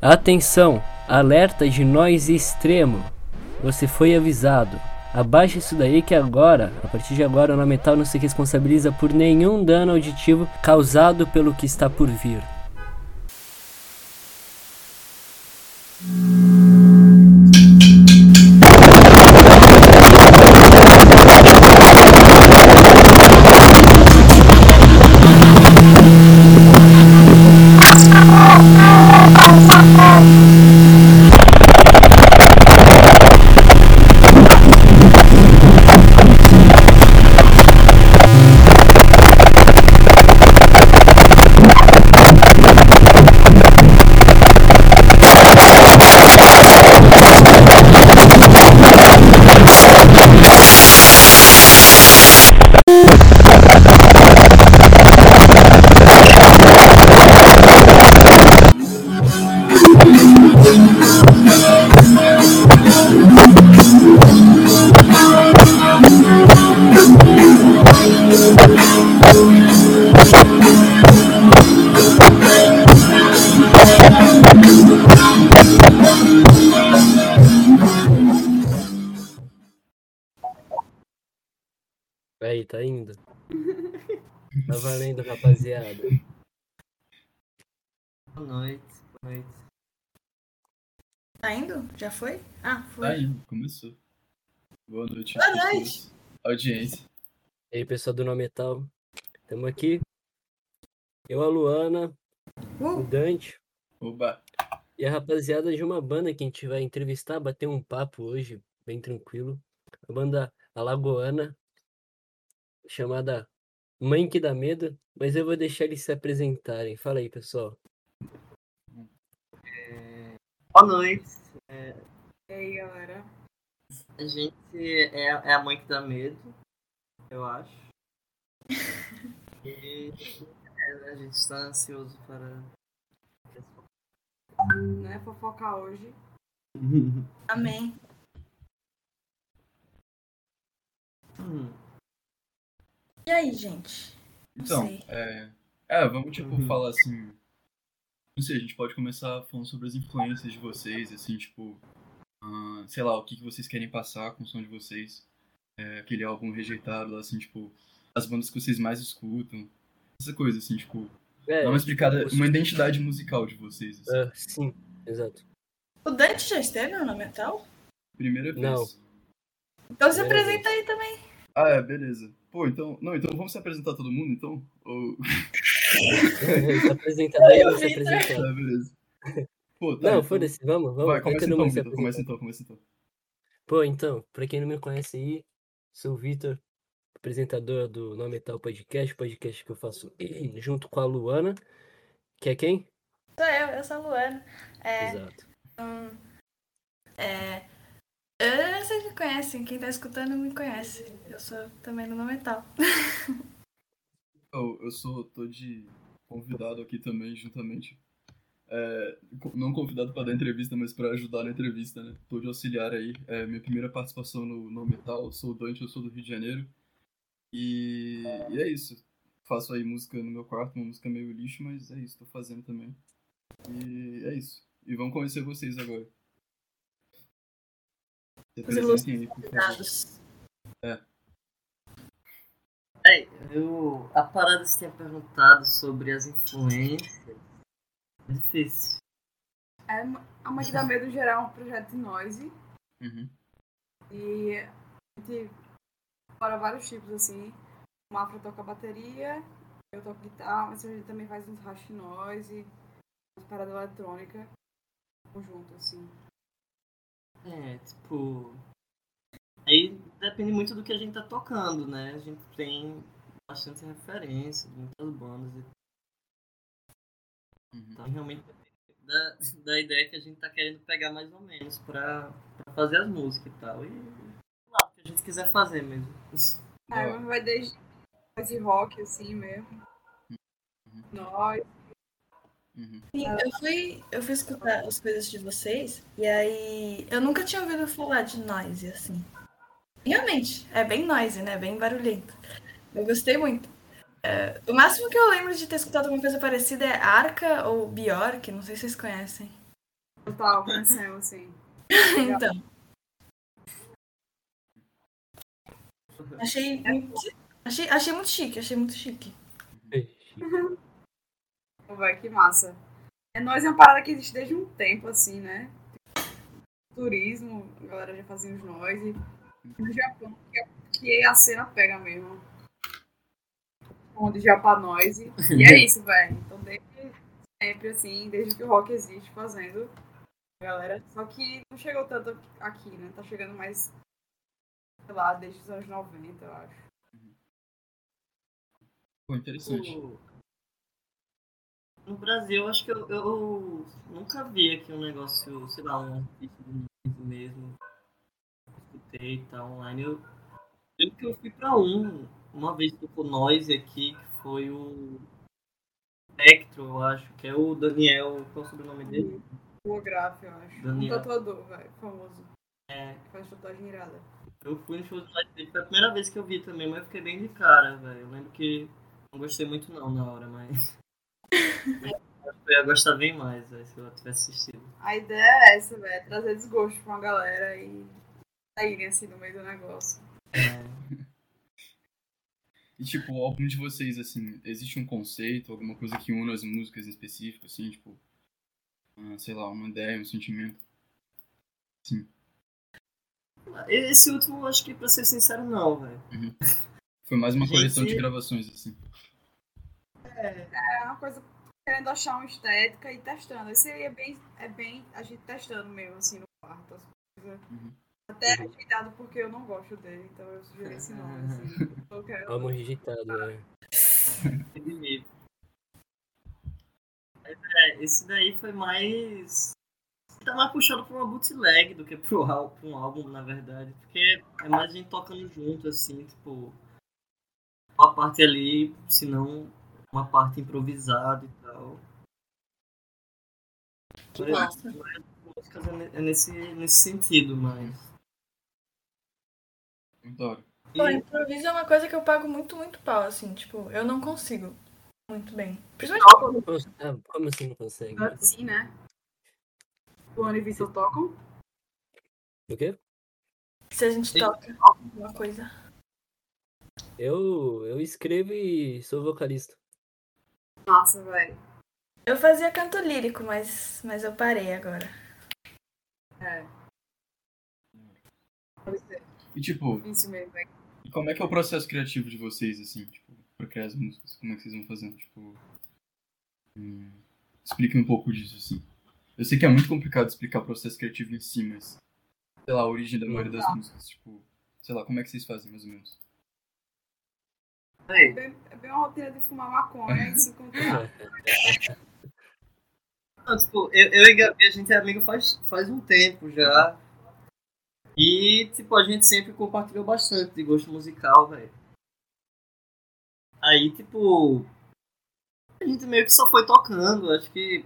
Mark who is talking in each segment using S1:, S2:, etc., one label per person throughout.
S1: Atenção! Alerta de noise extremo. Você foi avisado. Abaixa isso daí que agora, a partir de agora, o Nametal não se responsabiliza por nenhum dano auditivo causado pelo que está por vir. Aí, tá indo. Tá valendo, rapaziada.
S2: Boa noite, boa noite.
S3: Tá indo? Já foi? Ah,
S4: Tá
S3: foi.
S4: aí, começou. Boa noite.
S3: Boa
S4: pessoal.
S3: noite.
S4: Audiência.
S1: E aí, pessoal do Nametal. Tamo aqui. Eu, a Luana, o
S3: Uh,
S1: Dante
S4: Oba.
S1: e a rapaziada de uma banda que a gente vai entrevistar, bater um papo hoje, bem tranquilo. A banda alagoana, chamada Mãe que Dá Medo. Mas eu vou deixar eles se apresentarem. Fala aí, pessoal.
S2: Boa noite.
S3: e aí, galera?
S2: A gente é, é a mãe que dá medo, eu acho. E é, a gente está ansioso para.
S3: Não é fofoca hoje. Amém.
S2: Hum,
S3: E aí, gente? Não
S4: Então,
S3: sei.
S4: é... é, vamos tipo
S2: Uhum.
S4: falar assim. Não sei, a gente pode começar falando sobre as influências de vocês, assim, tipo. ah, sei lá, o que, que vocês querem passar com o som de vocês. É, aquele álbum rejeitado, lá, assim, tipo. As bandas que vocês mais escutam. Essa coisa, assim, tipo.
S1: É,
S4: Dá uma explicada,
S1: você-
S4: uma identidade musical de vocês. Assim.
S1: ah, sim, exato.
S3: O Dante já esteve no Nametal?
S4: Primeira vez.
S1: Não.
S3: Então se
S1: É,
S3: apresenta aí também.
S4: Ah, é, beleza. Pô, então. Não, então vamos se apresentar todo mundo, então? Ou.
S1: se apresenta, daí eu vou se
S3: Vitor.
S1: apresentar.
S4: Tá, beleza. Pô, tá.
S1: É, Não,
S4: então-
S1: foda-se, vamos, vamos.
S4: Vai,
S1: vai
S4: começa
S1: todo
S4: então,
S1: mundo se
S4: Vitor. Começa
S1: apresentar.
S4: então, começa então.
S1: Pô, então, pra quem não me conhece aí, sou o Vitor, apresentador do No Metal Podcast, podcast que eu faço junto com a Luana, que é quem?
S3: Sou eu, eu sou a Luana. É,
S1: Exato.
S3: é, é, vocês me conhecem, quem tá escutando me conhece. Eu sou também no Nametal.
S4: Eu, eu sou, tô de convidado aqui também, juntamente. É, co- não convidado pra dar entrevista, mas pra ajudar na entrevista, né? Tô de auxiliar aí. É, minha primeira participação no, no Metal. Eu sou o Dante, eu sou do Rio de Janeiro. E, e é isso. Faço aí música no meu quarto, uma música meio lixo, mas é isso, tô fazendo também. E é isso. E vamos conhecer vocês agora. Se apresentem aí, por favor.
S3: Dados.
S2: É, eu, a parada que você tinha perguntado sobre as influências. É difícil.
S5: É, a Mãe que dá medo gerar um projeto de noise
S4: Uhum.
S5: e a gente explora vários tipos assim. O Mafra toca bateria, eu toco guitarra, mas a gente também faz uns hash noise, umas paradas eletrônicas conjunto, assim.
S2: É, tipo. Aí depende muito do que a gente tá tocando, né? A gente tem bastante referência, de muitas bandas e
S4: Uhum.
S2: Então, realmente da, da ideia que a gente tá querendo pegar mais ou menos pra, pra fazer as músicas e tal. E sei lá, o que a gente quiser fazer mesmo.
S5: É,
S4: Da hora.
S5: mas vai desde noise rock, assim mesmo. Noise.
S4: Uhum.
S3: Sim, eu fui, eu fui escutar as coisas de vocês e aí eu nunca tinha ouvido falar de noise assim. Realmente, é bem noise, né? Bem barulhento. Eu gostei muito. É, o máximo que eu lembro de ter escutado uma coisa parecida é Arca ou Bjork, não sei se vocês conhecem.
S5: Total, conheceu, assim.
S3: então. Achei, muito- achei, achei muito chique, achei muito chique.
S5: Pô, Vai, que massa. É nós é uma parada que existe desde um tempo, assim, né? Turismo, a galera já fazia os nós. E no Japão, que, é- que a cena pega mesmo. Onde Japanoise. E
S4: Uhum.
S5: é isso, velho. Então, desde sempre, assim, desde que o rock existe, fazendo. a Galera, só que não chegou tanto aqui, né? Tá chegando mais, sei lá, desde os anos 90, eu acho.
S4: Pô, interessante.
S2: Tipo, No Brasil, acho que eu, eu nunca vi aqui um negócio, sei lá, um artista do mundo mesmo. Escutei e tal online. Eu lembro que eu fui pra um, uma vez tocou Noise aqui, que foi o Electro, eu acho, que é o Daniel, qual é o sobrenome dele?
S5: O Graf, eu acho. Um
S2: Daniel.
S5: tatuador, velho, famoso.
S2: É,
S5: que Faz tatuagem irada.
S2: Eu fui no show do Light Tape, foi a primeira vez que eu vi também, mas eu fiquei bem de cara, velho. Eu lembro que não gostei muito não na hora, mas. Eu acho que eu ia gostar bem mais, velho, se eu tivesse assistido.
S5: A ideia é essa, velho, trazer desgosto pra uma galera e saírem assim do meio do negócio.
S2: É,
S4: E, tipo, o álbum de vocês, assim, existe um conceito, alguma coisa que une as músicas em específico, assim, tipo, ah, sei lá, uma ideia, um sentimento?
S2: Esse último, acho que, pra ser sincero, não, velho.
S4: Foi mais uma
S2: Gente,
S4: coleção de
S2: e-
S4: gravações, assim.
S5: É uma coisa querendo achar uma estética e testando. Isso aí é bem, é bem a gente testando mesmo, assim, no quarto, as coisas.
S4: Uhum.
S5: Até rejeitado porque eu não gosto dele, então eu sugeri esse nome, assim. Eu quero.
S1: Alma rejeitada, né?
S2: Entendi. Mas, é, esse daí foi mais. Tá mais puxado pra uma bootleg do que pro ál- pra um álbum, na verdade. Porque é mais a gente tocando junto, assim, tipo. Uma parte ali, se não uma parte improvisada e tal.
S3: Que
S2: Mas
S3: massa.
S2: músicas é ne- é nesse, nesse sentido, mas.
S4: Eu adoro.
S2: E-
S3: Pô, improviso é uma coisa que eu pago muito, muito pau, assim, tipo, eu não consigo muito bem. Principalmente quando
S1: Como, ah, como assim não consegue?
S5: Sim, né? Luana e Vitor tocam.
S1: O quê?
S3: se a gente
S2: Sim.
S3: toca alguma coisa.
S1: Eu, eu escrevo e sou vocalista.
S5: Massa, velho.
S3: Eu fazia canto lírico, mas, mas eu parei agora.
S5: É. Pode ser.
S4: E, tipo,
S5: Difícil mesmo, velho.
S4: e como é que é o processo criativo de vocês, assim, tipo, pra criar as músicas? Como é que vocês vão fazendo? Tipo, hum, explique um pouco disso, assim. Eu sei que é muito complicado explicar o processo criativo em si, mas, sei lá, a origem da maioria das músicas, tipo, sei lá, como é que vocês fazem, mais ou menos?
S5: É bem, é bem uma rotina de fumar maconha e se encontrar.
S2: Não, tipo, eu, eu e Gabi, a gente é amigo faz, faz um tempo já. E, tipo, a gente sempre compartilhou bastante de gosto musical, velho. Aí, tipo, a gente meio que só foi tocando. Acho que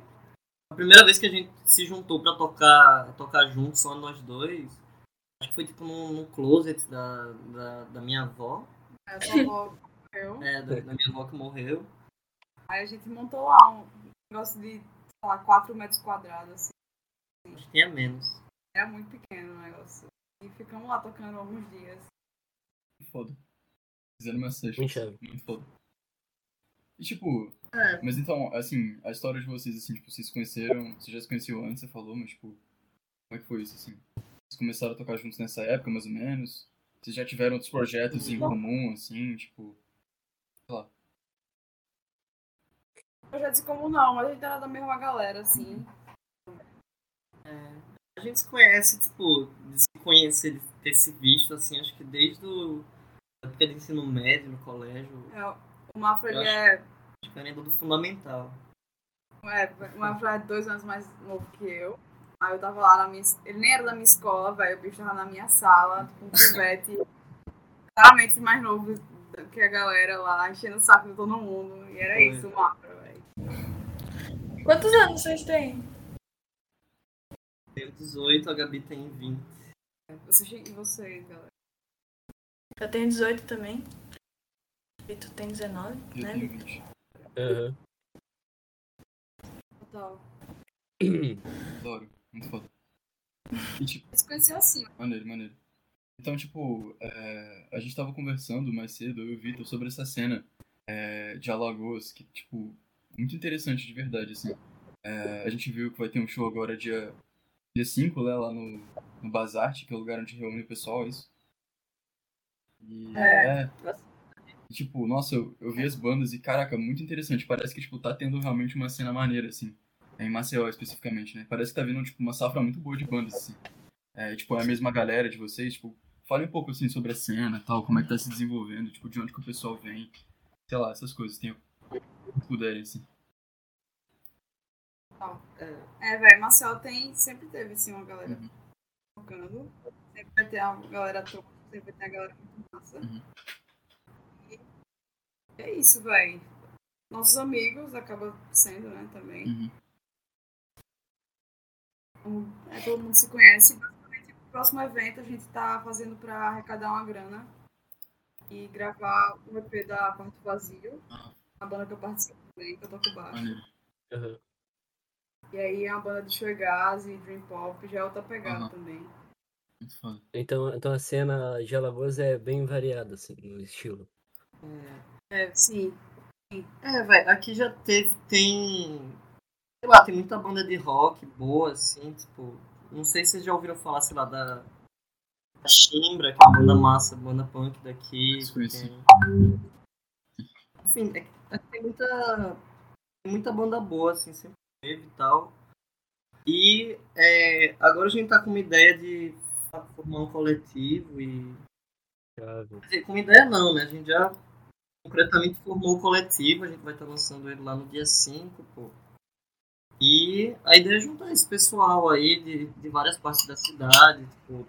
S2: a primeira vez que a gente se juntou pra tocar, tocar junto, só nós dois, acho que foi, tipo, num, num closet da, da, da minha avó.
S5: É, só vou- eu.
S2: É, da, da minha avó que morreu.
S5: Aí a gente montou lá um negócio de, sei lá, 4 metros quadrados, assim.
S2: Acho que tinha menos.
S5: Era muito pequeno o negócio. E ficamos lá tocando alguns dias.
S4: Foda. Fizeram uma session.
S1: Muito chave.
S4: Muito foda. E tipo,
S2: É.
S4: mas então, assim, a história de vocês, assim, tipo, vocês se conheceram, vocês já se conheciam antes, você falou, mas tipo, como é que foi isso, assim? Vocês começaram a tocar juntos nessa época, mais ou menos? Vocês já tiveram outros projetos em comum, assim, tipo.
S5: Eu já disse como não, mas a gente era da mesma galera, assim.
S2: A gente se conhece, tipo, de se conhecer, de ter se visto, assim, acho que desde o, da época de ensino médio, no colégio,
S5: É, o Mafra,
S2: Eu
S5: ele é,
S2: acho que eu lembro do fundamental.
S5: é, o Mafra é dois anos mais novo que eu. Aí eu tava lá na minha... Ele nem era da minha escola, velho. O bicho tava na minha sala, com um pivete. claramente mais novo do que a galera lá, enchendo o saco de todo mundo. E era
S2: Foi.
S5: isso, o Mafra, velho.
S3: Quantos anos vocês têm?
S2: Eu tenho 18, a Gabi tem 20.
S5: Vocês- E vocês, galera?
S3: Eu tenho 18 também. E tu tem 19,
S4: Eu
S3: né?
S4: tenho 20.
S1: Aham.
S5: Total.
S4: Adoro. Muito foda. E, tipo,
S5: Eles se conheceu assim,
S4: Maneiro, maneiro. Então, tipo, é, a gente tava conversando mais cedo, eu e o Vitor, sobre essa cena é, de Alagoas, que, tipo, muito interessante de verdade, assim. É, a gente viu que vai ter um show agora dia, dia 5, né, lá no, no Bazarte, que é o lugar onde reúne o pessoal, é isso? E, é. E, tipo, nossa, eu, eu vi as bandas e, caraca, muito interessante. Parece que, tipo, tá tendo realmente uma cena maneira, assim. Em Maceió, especificamente, né? Parece que tá vindo, tipo, uma safra muito boa de bandas, assim. É, tipo, é a mesma galera de vocês, tipo, fale um pouco assim sobre a cena e tal, como é que tá se desenvolvendo, tipo, de onde que o pessoal vem, sei lá, essas coisas, tem o que puderem, assim.
S5: É, velho, Maceió tem, sempre teve, assim, uma galera
S4: Uhum.
S5: tocando. Sempre vai ter uma galera tocando, sempre vai ter a galera muito massa.
S4: Uhum.
S5: E é isso, velho. Nossos amigos acaba sendo, né, também.
S4: Uhum.
S5: Um- é, todo mundo se conhece. Basicamente, o próximo evento a gente tá fazendo pra arrecadar uma grana e gravar o EP da Quarto Vazio,
S4: Ah.
S5: a banda que eu participo também, que eu toco baixo.
S4: Maneiro.
S1: Aham.
S5: E aí é uma banda de shoegaze, e dream pop, já é outra pegada
S4: Aham.
S5: também.
S4: Muito foda.
S1: Então, então a cena de Alagoas é bem variada, assim, no estilo.
S5: É, sim.
S2: É, velho, aqui já teve, tem. Sei lá, tem muita banda de rock boa, assim, tipo. Não sei se vocês já ouviram falar, sei lá, da. Da Chimbra, que é uma banda massa, banda punk daqui.
S4: Desconheci.
S2: tem- Enfim, é que- é que tem muita. Tem muita banda boa, assim, sempre teve e tal. E é, agora a gente tá com uma ideia de formar um coletivo e
S1: Chave.
S2: Quer dizer, com ideia não, né? A gente já concretamente formou o coletivo, a gente vai estar lançando ele lá no dia 5, pô. E a ideia é juntar esse pessoal aí de, de várias partes da cidade, tipo,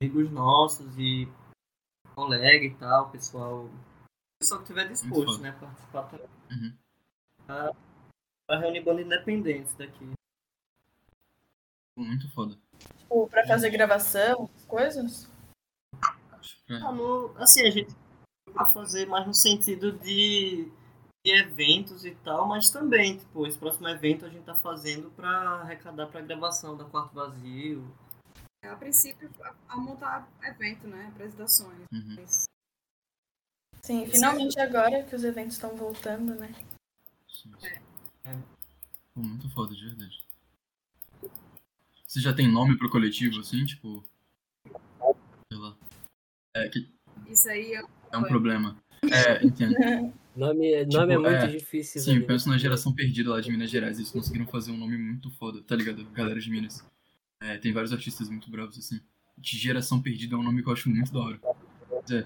S2: amigos nossos e colega e tal, pessoal. Pessoal que tiver
S4: Muito
S2: disposto,
S4: foda.
S2: né? a Participar também.
S4: Uhum.
S2: Pra, pra reunir banda independente daqui.
S4: Muito foda.
S3: Tipo, pra fazer gravação, essas coisas.
S4: Acho que é.
S2: Ah, no- assim, a gente vai fazer mais no sentido de, de eventos e tal, mas também, tipo, esse próximo evento a gente tá fazendo pra arrecadar pra gravação da Quarto Vazio.
S5: A princípio, a, a montar evento, né? Apresentações.
S4: Uhum.
S5: Mas
S3: Sim, finalmente agora que os eventos estão voltando, né?
S4: Sim, sim. Pô, Muito foda, de verdade. Você já tem nome pro coletivo, assim, tipo. Sei lá. É, que
S5: Isso aí é
S4: é um problema. É, entendo.
S1: Nome, é-
S4: Tipo,
S1: nome é muito
S4: é,
S1: difícil.
S4: Sim,
S1: ali, né?
S4: penso na geração perdida lá de Minas Gerais. Eles conseguiram fazer um nome muito foda, tá ligado? Galera de Minas. É, tem vários artistas muito bravos, assim. De geração perdida é um nome que eu acho muito da hora. Mas É,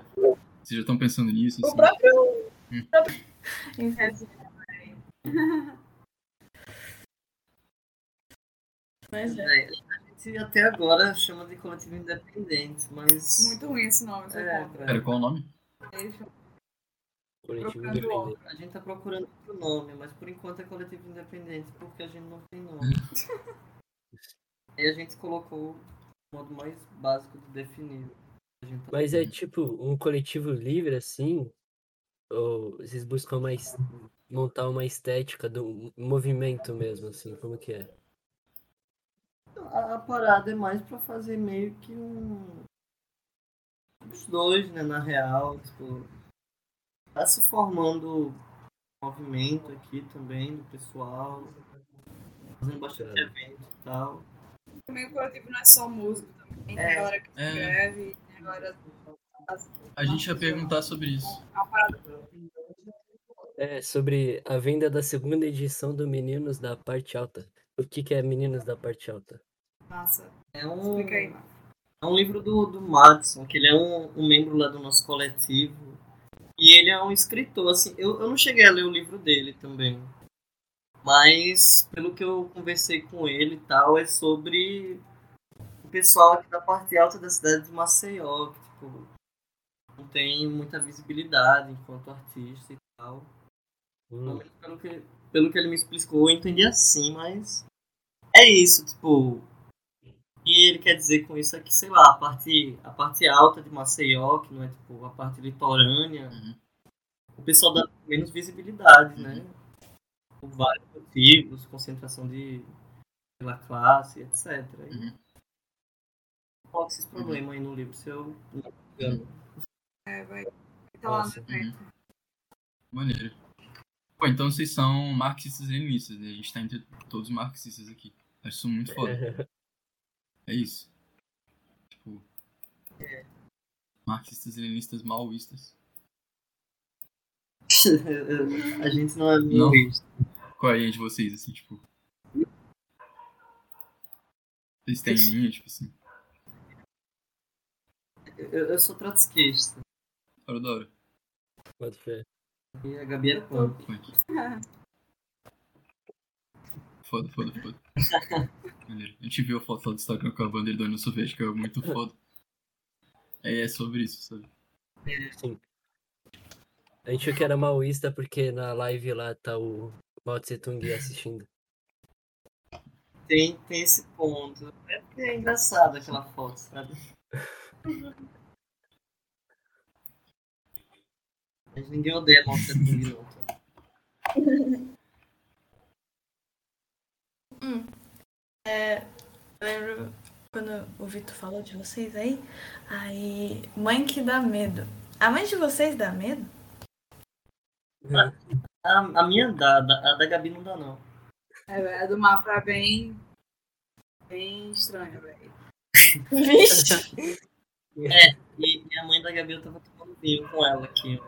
S4: vocês já estão pensando nisso,
S3: O
S4: assim?
S3: próprio. o próprio- Mas é.
S2: É, a gente até agora chama de coletivo independente, mas.
S5: muito ruim esse nome, sou
S2: É,
S5: contra.
S4: Pera, qual o nome?
S5: Ele chama-
S1: Coletivo
S5: trocando o
S1: independente.
S2: a gente tá procurando outro nome, mas por enquanto é coletivo independente, porque a gente não tem nome. e a gente colocou o modo mais básico de definir. né? A gente tá
S1: Mas é tipo um coletivo livre, assim? Ou vocês buscam mais montar uma estética do um movimento mesmo, assim? Como que é?
S2: A, a parada é mais pra fazer meio que um. Os dois, né, na real. Tipo, tá se formando movimento aqui também do pessoal. Fazendo bastante
S1: Cara.
S2: evento e tal.
S5: Também o coletivo não é só músico também. Tem
S2: É.
S5: a galera que
S4: É.
S5: escreve, tem a galera. das-
S4: A gente ia perguntar sobre isso.
S5: A parada
S1: É sobre a venda da segunda edição do Meninos da Parte Alta. O que que é Meninos da Parte Alta?
S5: massa.
S2: É um,
S5: Explica aí, mano.
S2: é um livro do, do Madison, que ele é um, um membro lá do nosso coletivo. E ele é um escritor, assim. Eu, eu não cheguei a ler o livro dele também. Mas, pelo que eu conversei com ele e tal, é sobre o pessoal aqui da parte alta da cidade de Maceió, que, tipo, não tem muita visibilidade enquanto artista e tal. Pelo
S1: Hum,
S2: menos Pelo que, pelo que ele me explicou, eu entendi assim, mas. É isso, tipo. E ele quer dizer com isso é que, sei lá, a parte, a parte alta de Maceió, que não é tipo a parte litorânea,
S4: Uhum.
S2: o pessoal dá menos visibilidade, né? Por vários motivos, concentração de pela classe, etc. E
S4: Uhum.
S2: Coloca esses problemas aí no livro, se eu não me engano.
S5: É, vai estar lá no
S1: Nossa.
S5: evento.
S4: Maneiro. Pô, então vocês são marxistas e leninistas, né? A gente tá entre todos os marxistas aqui. Acho isso muito foda. É isso. Tipo. Marxistas, leninistas, maoístas.
S2: A gente não é linguista.
S4: Qual é a linha de vocês, assim, tipo? Vocês têm
S2: Ixi.
S4: linha, tipo assim?
S2: Eu, eu sou trotskista.
S4: Hora da hora.
S1: Bota fé.
S2: E a Gabi é punk.
S4: Funk. Foda, foda, foda. Maneiro. A gente viu a foto lá do Instagram com a bandeira da União Soviética, é muito foda. É, é sobre isso, sabe?
S1: A gente achou que era maoísta porque na live lá tá o Mao Tse Tung assistindo.
S2: Tem, tem esse ponto. É porque é engraçado aquela foto, sabe? Mas ninguém odeia Mao Tse Tung, não. tá?
S3: Eu lembro quando o Vitor falou de vocês aí. Aí, mãe que dá medo. A mãe de vocês dá medo?
S2: A, a minha dá, a da- a da Gabi não dá, não.
S5: É, velho, a do Mafra é bem. bem estranha, velho.
S3: Vixe!
S2: E, e a mãe da Gabi, eu tava tomando vinho com ela aqui.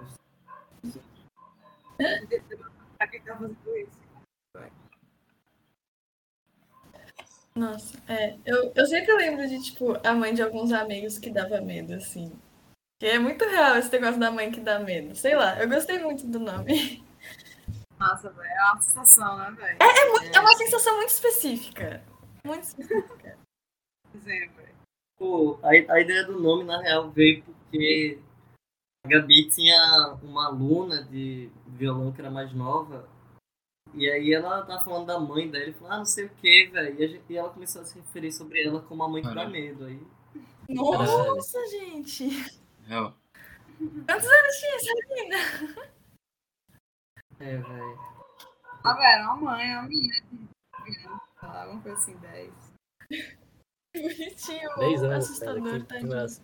S5: Pra quem tá fazendo isso?
S3: Nossa, é. Eu, eu sempre lembro de, tipo, a mãe de alguns amigos que dava medo, assim. Que é muito real esse negócio da mãe que dá medo. Sei lá, eu gostei muito do nome.
S5: Nossa, velho, é uma sensação, né, velho?
S3: É, muito- é uma sensação muito específica. Muito específica.
S5: Exemplo.
S2: Pô, a, a ideia do nome, na real, veio porque a Gabi tinha uma aluna de violão que era mais nova. E aí ela tava falando da mãe dela e falou, ah, não sei o que, velho. E, a gente- e ela começou a se referir sobre ela como a mãe que dá
S4: Caralho.
S2: medo. Aí
S3: Nossa, gente!
S4: Real.
S3: Tinha essa menina.
S2: É, velho.
S5: Ah, velho, é uma mãe, é uma menina de. sei lá, Alguma coisa assim, 10.
S3: Bonitinho,
S1: 10 anos,
S3: assustador,
S1: cara, que- que
S3: tadinho.
S1: massa.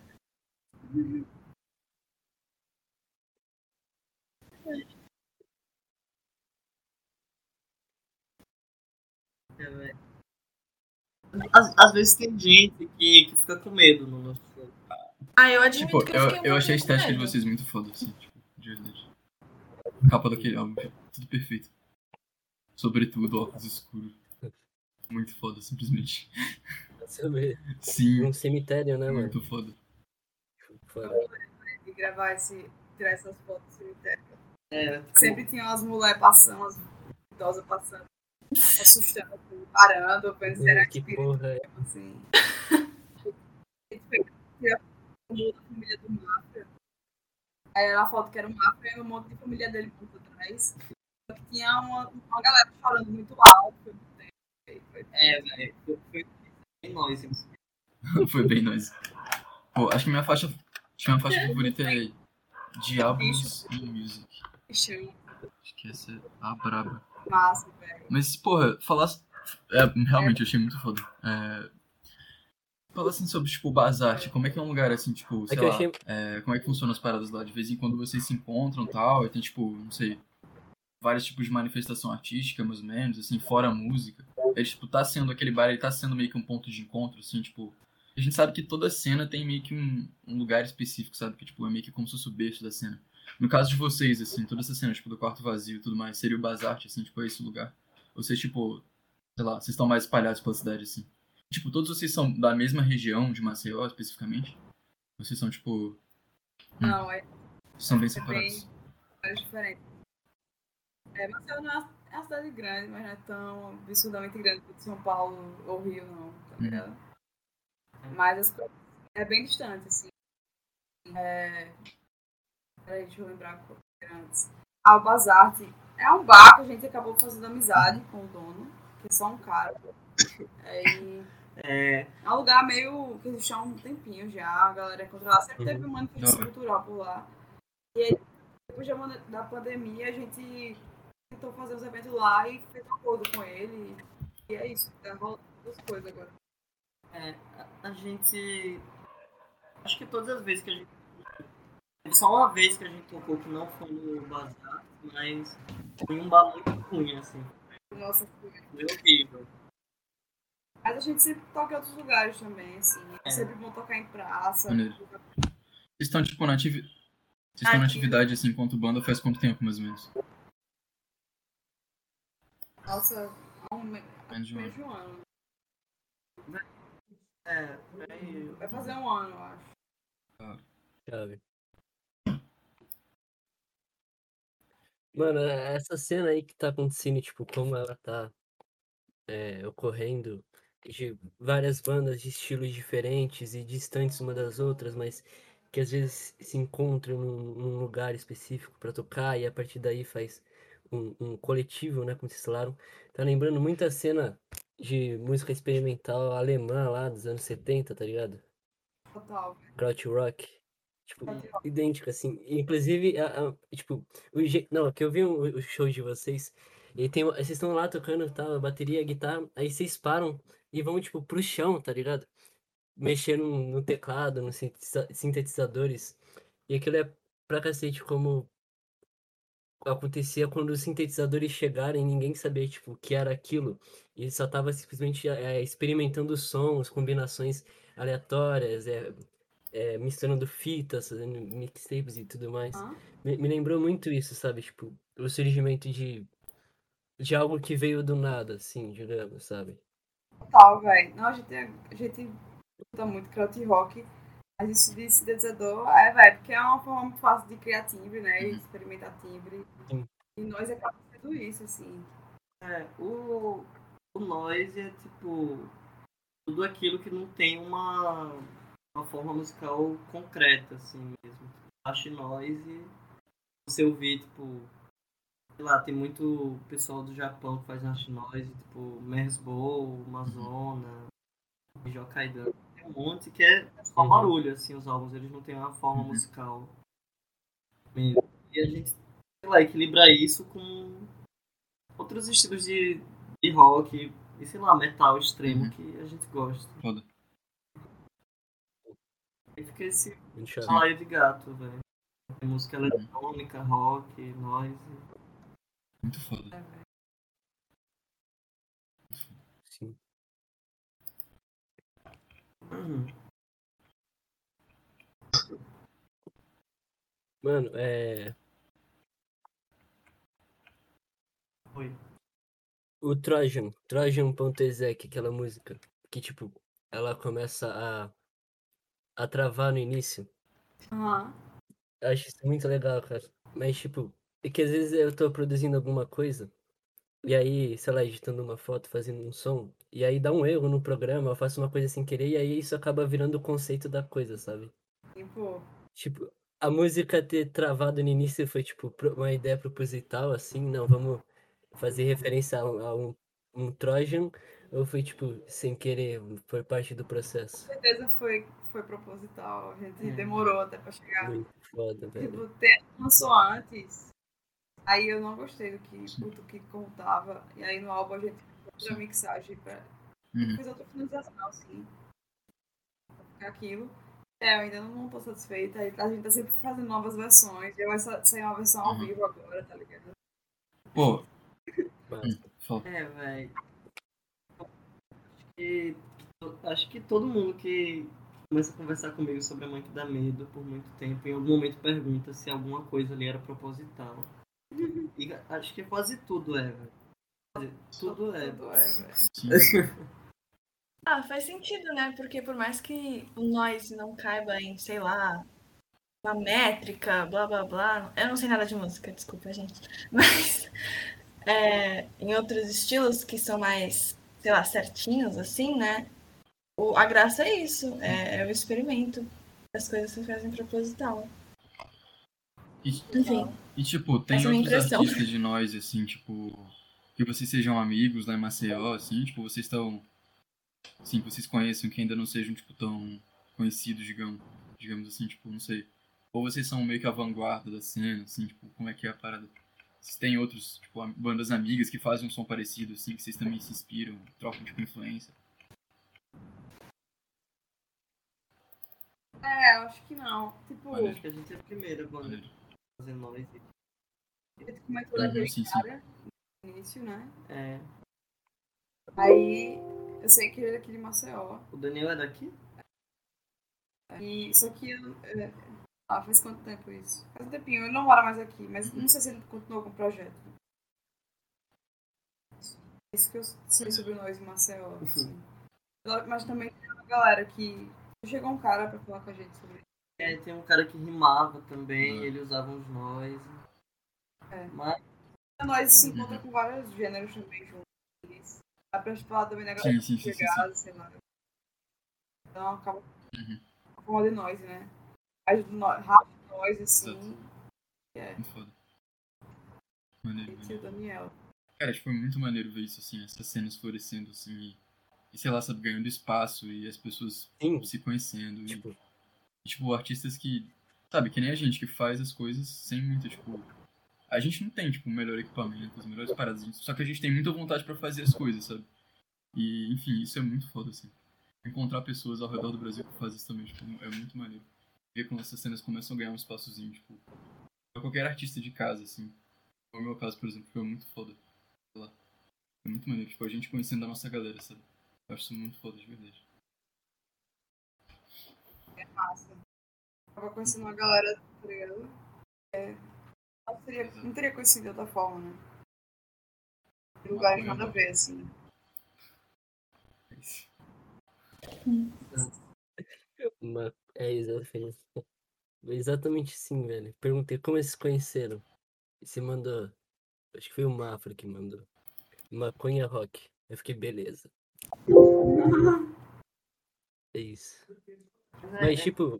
S2: É, velho. Às, às vezes tem gente que, que fica com medo no nosso show.
S3: Ah, eu admito
S4: Tipo,
S3: que eu,
S4: eu,
S3: fiquei
S4: eu
S3: um
S4: achei a
S3: pouquinho com
S4: estética de
S3: medo.
S4: vocês muito foda, assim, tipo, de verdade. Capa daquele álbum, tipo, tudo perfeito. Sobretudo, óculos escuros. Muito foda, simplesmente.
S1: Sobre
S4: Sim,
S1: um cemitério, né, mano? Tipo,
S4: muito foda.
S1: Foda.
S5: de gravar esse, tirar essas fotos do cemitério.
S2: É, tipo,
S5: Sempre tinha umas mulheres passando, as idosas passando, assustando, assim, parando, pensando, será que
S1: Que
S5: espírito
S1: porra é?
S5: mesmo, tipo, assim. A gente pegou, tirou o mundo da família do Mafra. Aí era a foto que era o Mafra e um monte de família dele por atrás. Só que tinha uma, uma galera chorando muito alto. foi um muito tempo, foi-
S2: é, velho. Foi, foi bem nós. assim. isso.
S4: Foi bem nós. Pô, acho que minha faixa, acho que minha faixa favorita é Diablos in Music.
S5: Achei
S4: Acho que essa é a braba.
S5: massa, velho.
S4: Mas, porra, falar. É, realmente, eu achei muito foda. É... Falar assim sobre, tipo, Bazarte, como é que é um lugar assim, tipo,
S1: É
S4: sei
S1: que eu
S4: lá,
S1: achei.
S4: é, como é que funcionam as paradas lá? De vez em quando vocês se encontram e tal, e tem, tipo, não sei, vários tipos de manifestação artística, mais ou menos, assim, fora a música. Ele, tipo, tá sendo aquele bar, ele tá sendo meio que um ponto de encontro, assim, tipo. A gente sabe que toda cena tem meio que um, um lugar específico, sabe? Que, tipo, é meio que como se fosse o berço da cena. No caso de vocês, assim, toda essa cena, tipo, do quarto vazio e tudo mais, seria o Bazarte, assim, tipo, é esse lugar. Vocês, tipo, sei lá, vocês estão mais espalhados pela cidade, assim. Tipo, todos vocês são da mesma região de Maceió, especificamente? Vocês são, tipo,
S5: Não, é
S4: são bem
S5: Você
S4: separados.
S5: tem vários diferentes. É, Marcelo não é uma- é uma cidade grande, mas não é tão absurdamente grande quanto São Paulo ou Rio, não, tá ligado? Mas as coisas é bem distante, assim. É... Peraí, deixa eu lembrar qual que era antes. Ah, o Bazarte é um bar que a gente acabou fazendo amizade com o dono, que é só um cara. Aí
S2: É,
S5: é um lugar meio que existe há um tempinho já, a galera encontra lá. Sempre teve uma
S4: Da
S5: manifestação
S4: hora.
S5: cultural por lá. E aí, depois da manda- da pandemia, a gente tentou fazer os eventos lá e fez um acordo com ele. E é isso, tá rolando outras coisas agora.
S2: É, a- a gente. Acho que todas as vezes que a gente. teve Só uma vez que a gente tocou que não foi no bazar, mas foi um bar muito ruim, assim.
S5: Nossa, foi
S2: Foi horrível.
S5: Mas a gente sempre toca em outros lugares também, assim.
S2: É.
S5: Sempre bom tocar em praça.
S4: Maneiro. Vocês estão, tipo, na atividade. Vocês estão na
S3: Aqui.
S4: atividade, assim, enquanto banda faz quanto tempo, mais ou menos?
S5: Nossa, há um me-
S4: Menos de um ano.
S5: menos de um ano.
S2: É, por aí.
S5: Vai fazer um ano, eu acho.
S1: Chave. Mano, é essa cena aí que tá acontecendo, tipo, como ela tá é, ocorrendo de várias bandas de estilos diferentes e distantes uma das outras, mas que às vezes se encontram num, num lugar específico pra tocar e a partir daí faz um, um coletivo, né, como vocês falaram. Tá lembrando muito a cena de música experimental alemã lá dos anos 70, tá ligado?
S5: Total.
S1: Krautrock. Tipo,
S5: Krautrock.
S1: idêntica, assim. E, Inclusive, a- a- tipo, o je... Não, que eu vi o o show de vocês. E tem... uma- vocês estão lá tocando tá, a bateria, a guitarra. Aí vocês param e vão, tipo, pro chão, tá ligado? Mexendo no teclado, nos sintetiza- sintetizadores. E aquilo é pra cacete como acontecia quando os sintetizadores chegaram e ninguém sabia, tipo, o que era aquilo. E só tava simplesmente eh, experimentando os sons, combinações aleatórias, eh, é, misturando fitas, fazendo mixtapes e tudo mais.
S5: Hã?
S1: Me, me lembrou muito isso, sabe? Tipo, o surgimento de, de algo que veio do nada, assim, digamos, sabe?
S5: Total, velho. Não, a gente, é, a gente escuta muito crowd rock. Mas isso de sintetizador, é, velho, porque é uma forma muito fácil de criar timbre, né? E
S4: Uhum.
S5: experimentar timbre.
S1: Sim.
S5: E nós acaba sendo isso, assim.
S2: É, o, o noise é tipo tudo aquilo que não tem uma, uma forma musical concreta, assim mesmo. Acho noise você ouvir, tipo, sei lá, tem muito pessoal do Japão que faz hash noise, tipo, Merzbow, Mazona, Jokaidan. Tem um monte que é só
S1: Uhum.
S2: barulho, assim, os álbuns, eles não têm uma forma
S4: Uhum.
S2: musical mesmo. E a gente, sei lá, equilibra isso com outros estilos de, de rock e, sei lá, metal extremo
S4: Uhum.
S2: que a gente gosta.
S4: Foda.
S2: Aí fica esse
S1: Muito chave.
S2: balaio de gato, velho. Tem Música eletrônica, rock, noise.
S4: Muito foda.
S1: Sim.
S2: Uhum.
S1: Mano, é.
S2: Oi.
S1: O Trojan, Trojan.exec, aquela música que, tipo, ela começa a, a travar no início.
S5: Aham.
S1: Eu acho isso muito legal, cara. Mas, tipo, é que às vezes eu tô produzindo alguma coisa, e aí, sei lá, editando uma foto, fazendo um som, e aí dá um erro no programa, eu faço uma coisa sem querer, e aí isso acaba virando o conceito da coisa, sabe?
S5: Tipo,
S1: Tipo, a música ter travado no início foi, tipo, pro- uma ideia proposital, assim, não, vamos fazer referência a um, a um, um Trojan, ou foi, tipo, sem querer, foi parte do processo?
S5: com certeza foi, foi proposital. A gente
S2: É.
S5: demorou até pra chegar.
S1: Muito foda, velho.
S5: Tipo, te- lançou antes. Aí eu não gostei do que, do que contava. E aí no álbum a gente fez outra
S4: Sim.
S5: mixagem pra.
S4: Uhum.
S5: Fez outra finalização, assim. Pra ficar aquilo. É, eu ainda não tô satisfeita. A gente tá sempre fazendo novas versões. Eu essa sair uma versão ao
S4: Uhum.
S5: vivo agora, tá ligado?
S4: Pô,
S1: Mas,
S4: foda.
S2: É, velho. Acho que, acho que todo mundo que começa a conversar comigo sobre a mãe que dá medo por muito tempo, em algum momento pergunta se alguma coisa ali era proposital. E acho que quase tudo é, velho. Quase Tudo é.
S5: Tudo é, velho.
S4: Sim.
S3: Ah, faz sentido, né? Porque por mais que o nós não caiba em, sei lá, uma métrica, blá blá blá. Eu não sei nada de música, desculpa, gente. Mas é, em outros estilos que são mais, sei lá, certinhos, assim, né? O, a graça é isso, é, é o experimento. As coisas se fazem proposital. Então,
S4: E,
S3: Enfim,
S4: e, tipo, tem
S3: Essa é a minha
S4: outros
S3: impressão.
S4: artistas de nós, assim, tipo. Que vocês sejam amigos lá em Maceió, assim, tipo, vocês estão. Sim, que vocês conheçam que ainda não sejam, tipo, tão conhecidos, digamos, digamos assim, tipo, não sei. Ou vocês são meio que a vanguarda da cena, assim, tipo, como é que é a parada? Vocês têm outros, tipo, am- bandas amigas que fazem um som parecido, assim, que vocês também se inspiram, trocam, tipo, influência.
S5: É, eu acho que não. Tipo,
S4: Olha,
S2: Acho que a gente é a primeira banda
S4: Olha.
S2: a fazer noise.
S5: ele comentou
S4: Uhum,
S5: daquele
S4: sim, sim.
S5: cara né? no início, né?
S2: É.
S5: Aí eu sei que ele é daquele Maceió.
S2: O Daniel é daqui?
S5: E só que eu- é, ah, faz quanto tempo isso? Faz um tempinho, ele não mora mais aqui, mas
S4: Uhum.
S5: não sei se ele continuou com o projeto. Isso que eu sei sobre nós em Maceió.
S4: Uhum.
S5: Assim. Mas também tem uma galera que. Chegou um cara pra falar com a gente sobre isso.
S2: É, tem um cara que rimava também,
S4: Uhum.
S2: ele usava uns noise.
S5: É.
S2: Mas
S5: Nós se
S4: Uhum.
S5: encontra com vários gêneros também juntos. Dá pra falar também da galera
S4: Sim, sim, sim, sim, sim.
S5: chegada, sei lá. Então acaba
S4: Uhum.
S5: com forma de nós, né? Mas no- rápido nós, assim,
S4: Muito foda. Maneiro,
S5: e o
S4: maneiro.
S5: Daniel.
S4: Cara, tipo, é muito maneiro ver isso, assim, essas cenas florescendo, assim, e, e sei lá, sabe, ganhando espaço e as pessoas
S1: Sim,
S4: se conhecendo. e-
S1: tipo,
S4: tipo, artistas que, sabe, que nem a gente, que faz as coisas sem muito, tipo. A gente não tem, tipo, o melhor equipamento, as melhores paradas, a gente- só que a gente tem muita vontade pra fazer as coisas, sabe? E, enfim, isso é muito foda, assim. Encontrar pessoas ao redor do Brasil que fazem isso também, tipo, é muito maneiro. Ver como essas cenas começam a ganhar um espaçozinho, tipo, pra qualquer artista de casa, assim. No meu caso, por exemplo, foi muito foda. Sei lá. É muito maneiro, tipo, a gente conhecendo a nossa galera, sabe? Eu acho isso muito foda, de verdade.
S5: massa. Tava conhecendo uma galera, tá ligado? É, não, teria, não teria conhecido de outra forma, né? Em Lugares nada a ver, assim.
S4: É isso.
S1: uma... é exatamente. Exatamente sim, velho. Perguntei como eles se conheceram. E Você mandou. Acho que foi o Mafra que mandou. Maconha rock. Eu fiquei, beleza. É isso. Mas, tipo,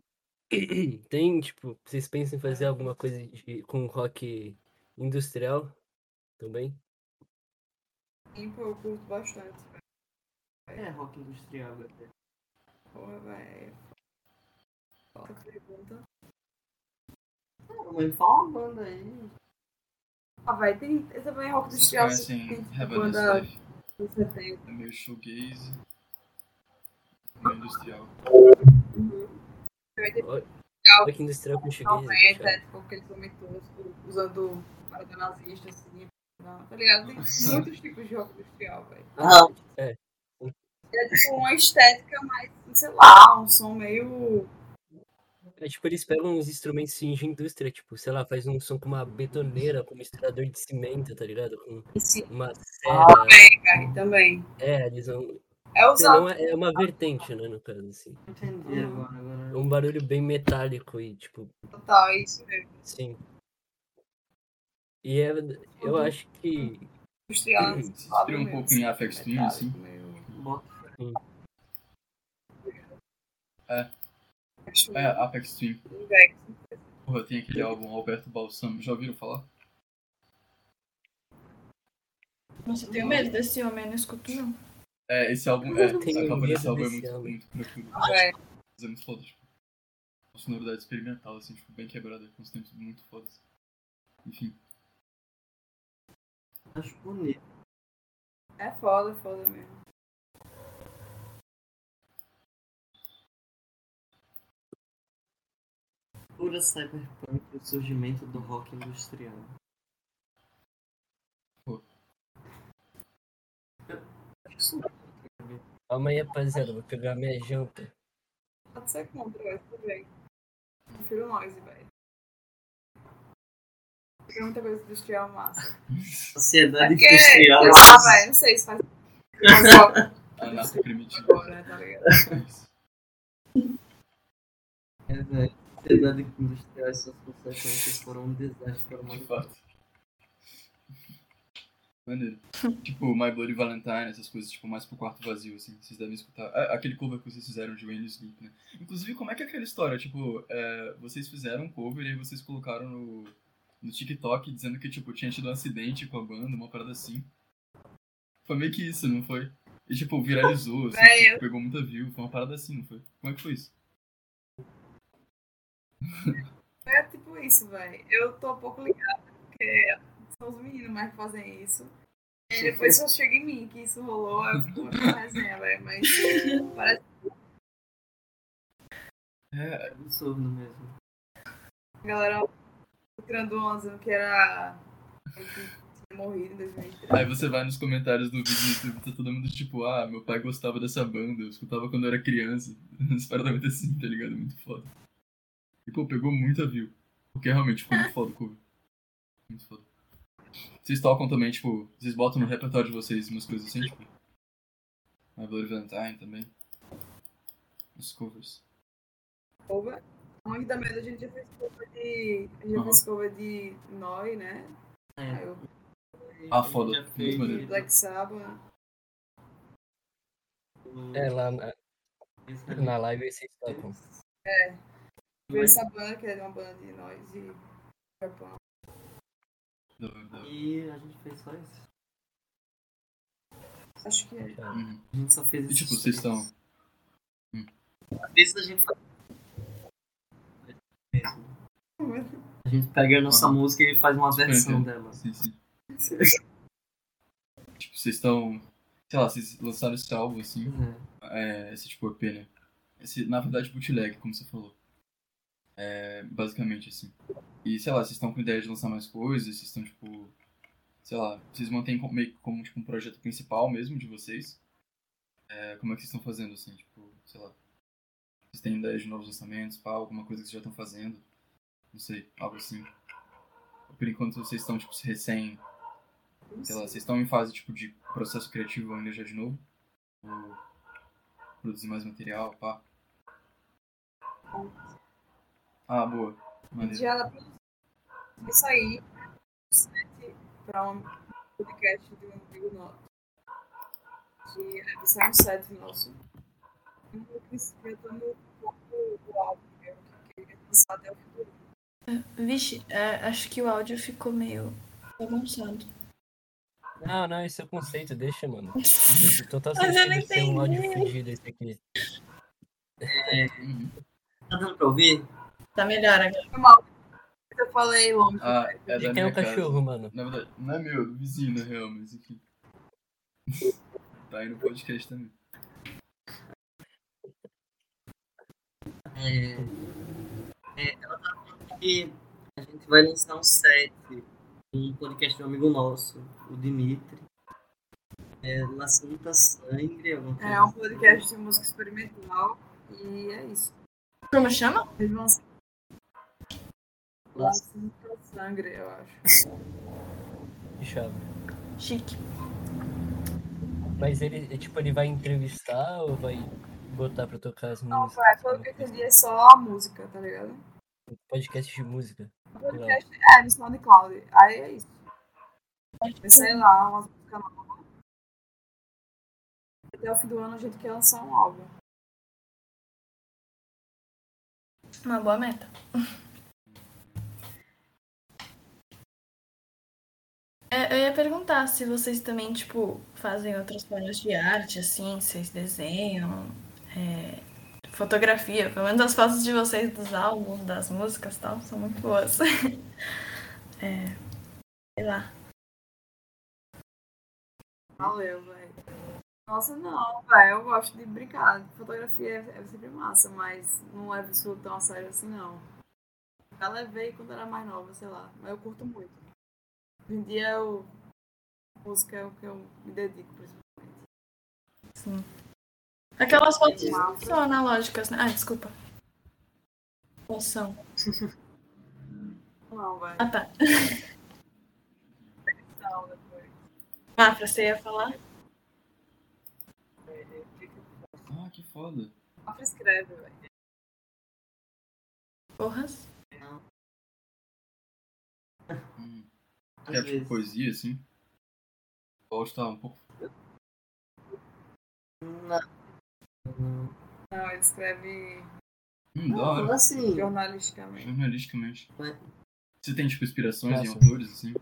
S1: tem, tipo, vocês pensam em fazer alguma coisa de- com rock industrial também?
S5: Tempo eu curto bastante. velho.
S2: é, é rock industrial galera.
S5: Porra, velho. Outra pergunta.
S2: Ah, Mas fala uma banda aí.
S5: Ah, vai, tem tem também rock
S4: Vocês
S5: industrial. assim,
S4: conhecem
S5: tem tipo,
S4: Heaven
S5: banda
S4: Life?
S5: dos 70.
S4: É meio shoegaze. Meio industrial.
S5: Também tem
S1: Rock industrial com
S5: Não,
S1: shoegaze,
S5: é,
S1: cara.
S5: tipo, aqueles homens toscos, tipo, usando parada nazista, assim, não, tá ligado? Tem muitos tipos de rock industrial, velho.
S2: Ah,
S5: É tipo uma estética mais, sei lá, um som meio.
S1: É tipo, eles pegam uns instrumentos assim, de indústria, tipo, sei lá, faz um som com uma betoneira, com um misturador de cimento, tá ligado? Com
S5: Esse
S1: uma serra.
S5: cara também.
S1: Ah, É, eles vão.
S5: É usado.
S1: Não,
S5: Uhum.
S1: é é uma vertente, né, no caso, assim.
S2: entendi agora,
S1: É
S2: agora.
S1: um barulho bem metálico e, tipo,
S5: Total, é isso mesmo.
S1: sim. E é, eu
S5: Uhum.
S1: acho que.
S5: Industrial.
S2: Uhum.
S5: assim, tá
S4: Vocês inspiram um pouco em
S1: né,
S4: Afex Twin, assim?
S2: Bota
S4: É, Apex Twin. Porra, tem aquele álbum Alberto Balsamo. Já ouviram falar?
S3: Nossa, eu tenho medo desse homem, eu não escuto não.
S4: É, esse álbum é.
S1: Tenho
S4: A capa
S1: medo
S4: desse álbum é
S1: desse
S4: muito,
S1: álbum.
S4: muito tranquila. Mas é muito foda, tipo. Uma sonoridade experimental, assim, tipo, bem quebrada, com os tempos muito fodas. Enfim,
S2: acho bonito.
S5: É foda, foda mesmo.
S2: Pura cyberpunk e o surgimento do rock industrial.
S4: Pô.
S2: Eu Acho que isso
S1: Calma aí, rapaziada, vou pegar minha janta.
S5: Pode ser contra, mas tudo bem. Prefiro noise, velho. Tem muita coisa industrial massa.
S2: Sociedade
S5: Porque, sei
S2: industrial.
S5: então lá, velho, Ah, não sei se faz. faz rock
S4: a nata primitiva.
S5: Agora, tá ligado?
S4: É isso.
S2: É, velho. Sociedade industrial e suas consequências foram um desastre para a
S4: De
S2: humanidade.
S4: fato. Maneiro. tipo, My Bloody Valentine, essas coisas, tipo, mais pro quarto vazio, assim, vocês devem escutar. Ah, Aquele cover que vocês fizeram de Wayne Sleep, né? Inclusive, como é que é aquela história? Tipo, é, vocês fizeram um cover e aí vocês colocaram no, no TikTok dizendo que, tipo, tinha tido um acidente com a banda, uma parada assim. Foi meio que isso, não foi? E, tipo, viralizou, assim,
S5: Véi,
S4: tipo, pegou muita view, foi uma parada assim, não foi? Como é que foi isso?
S5: É tipo isso, velho. Eu tô um pouco ligada, porque são os meninos mais que fazem isso. E aí depois só chega em mim que isso rolou, eu fico na resenha, velho. é, Mas parece
S4: É,
S2: É absurdo mesmo.
S5: que a galera tirando onda que era. que tinha morrido em 2003.
S4: aí você vai nos comentários do vídeo no YouTube, tá todo mundo tipo, ah, meu pai gostava dessa banda, eu escutava quando eu era criança. As paradas muito assim, tá ligado? Muito foda. E pô, pegou muita view. Porque realmente ficou muito foda o cover. Muito foda. Vocês tocam também, tipo, vocês botam no repertório de vocês umas coisas assim, tipo. My Bloody Valentine também. Os covers.
S5: cover. Muito Então, da medo a gente já fez cover de. A gente já
S4: Aham.
S5: fez cover de Noi, né? Aí
S2: É,
S5: eu-
S4: Ah, foda.
S2: Já
S4: Muito
S2: fez-
S4: maneiro.
S5: Black Sabbath.
S1: É, lá na,
S4: É.
S2: Esse
S3: Uhum.
S1: na live vocês tocam.
S5: Veio
S2: Mas-
S5: essa banda, que era uma banda de nós e Japão.
S4: Da hora, da hora.
S2: E a gente fez só isso.
S5: Acho que é.
S4: Uhum.
S2: A gente só fez
S4: E,
S2: isso.
S4: tipo, vocês Hum. estão.
S2: Às vezes a gente faz. A gente pega a nossa
S4: Aham.
S2: música e faz uma versão
S4: entendo.
S2: dela.
S4: Sim, sim. Tipo, vocês estão. Sei lá, vocês lançaram esse álbum assim.
S2: É.
S4: é, esse tipo EP, né? Esse, na verdade, bootleg, como você falou. É, basicamente, assim. E, sei lá, vocês estão com ideia de lançar mais coisas, vocês estão, tipo... Sei lá, vocês mantêm como, meio que como tipo, um projeto principal mesmo de vocês? É, como é que vocês estão fazendo, assim, tipo, sei lá. Vocês têm ideia de novos lançamentos, pá, alguma coisa que vocês já estão fazendo? Não sei, algo assim. Por enquanto, vocês estão, tipo, recém... Sei lá, vocês estão em fase, tipo, de processo criativo ainda já de novo? Ou produzir mais material, pá. Ah, boa. Maneiro.
S5: Já ela vai sair do site pra um podcast de um amigo nosso. Que vai sair um site nosso. E Eu pensei, eu tô no pouco do álbum mesmo, que eu queria lançar até o futuro.
S3: Vixe, é, acho que o áudio ficou meio bagunçado.
S1: Não, não, esse é o conceito, deixa, mano. Total
S3: Mas eu
S1: certeza
S3: não
S1: que é um áudio
S3: entendi.
S1: fudido esse aqui.
S4: Uhum.
S2: Tá dando pra ouvir?
S3: Tá melhor agora.
S5: Eu falei longe.
S4: Ah, é da
S1: E tem
S4: minha
S1: um
S4: casa.
S1: cachorro, mano.
S4: Na verdade, não é meu, é do vizinho, na real, mas enfim. tá aí no podcast também.
S2: É, é, ela tá falando que a gente vai lançar um set, um podcast de um amigo nosso, o Dimitri. É, La Santa Sangre, alguma coisa
S5: É um
S2: assim.
S5: podcast de música experimental. E é isso.
S3: Como chama?
S5: Eles vão lançar
S2: La
S5: Sangre, eu acho.
S1: Que chave.
S3: Chique.
S1: Mas ele, é, tipo, ele vai entrevistar ou vai botar pra tocar as
S5: Não,
S1: músicas?
S5: vai, pelo que eu entendi, é só a música, tá ligado?
S1: Podcast de música. Legal.
S5: Podcast é no SoundCloud. Aí é isso. Vai sair lá umas músicas novas. Até o fim do ano a gente quer lançar um álbum.
S3: Uma boa meta. É, eu ia perguntar se vocês também, tipo, fazem outras formas de arte, assim, vocês desenham, é, fotografia, pelo menos as fotos de vocês dos álbuns, das músicas e tal, são muito boas. É, sei lá.
S5: Valeu, velho. Nossa, não, velho. Eu gosto de brincar. Fotografia é, é sempre massa, mas não é absoluto tão a sério assim, não. Já levei quando era mais nova, sei lá. Mas eu curto muito. Hoje em dia eu. Música é o que eu me dedico, principalmente.
S3: Aquelas fotos não são analógicas, né? Ah, desculpa. Ou são?
S5: Não, velho.
S3: Ah, tá.
S5: Não, depois.
S3: Mafra, você ia falar?
S4: Ah, que foda.
S5: Rafa escreve, velho.
S3: Porras.
S4: Hum. É
S2: Às
S4: tipo
S2: vezes.
S4: poesia, assim. O áudio tá um pouco.
S2: Não, não.
S5: Não, ele escreve
S4: Hum, da hora.
S2: assim,
S5: jornalisticamente.
S4: Jornalisticamente.
S2: Ué.
S4: Você tem, tipo, inspirações em
S1: Graças.
S4: autores, assim?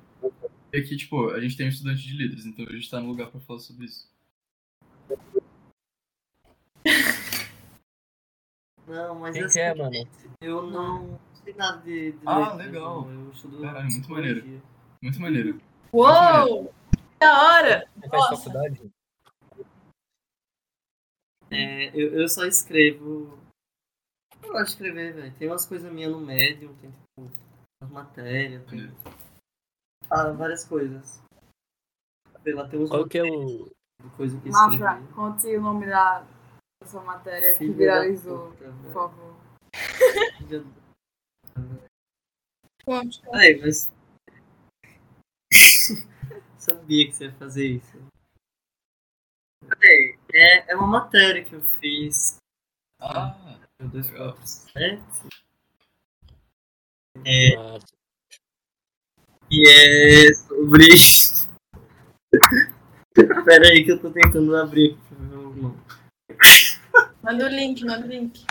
S4: E aqui, tipo, a gente tem um estudante de letras, então a gente tá no lugar pra falar sobre isso.
S2: não, mas
S1: Quem
S2: assim,
S1: que é, mano?
S2: eu não sei nada de, de
S4: Ah,
S2: letras,
S4: legal. é
S2: não. Eu estudo
S4: Caralho, muito
S2: psicologia.
S4: Muito maneiro.
S3: Uou! Da hora!
S6: Você faz
S3: Nossa.
S6: faculdade?
S2: É, eu, eu só escrevo. Eu gosto de escrever, velho. Tem umas coisas minhas no Medium, tem tipo umas matérias, tem. Ah, várias coisas. Sei lá, tem uns
S1: Qual que é o.
S2: coisas que escrevi.
S5: Mafra, conte o nome da da sua matéria é que
S2: Filha da
S5: viralizou,
S2: puta,
S5: por
S2: velho.
S5: favor.
S2: Filha da-
S3: Conte.
S2: Ai, mas. Sabia que você ia fazer isso. Ai, É, é uma matéria que eu fiz
S4: Ah,
S2: Meu Deus,
S4: Legal.
S2: quatro, sete. É,
S1: a-
S2: e é sobre. Pera aí que eu tô tentando abrir. aqui pra ver o nome.
S3: Manda o link, manda o link.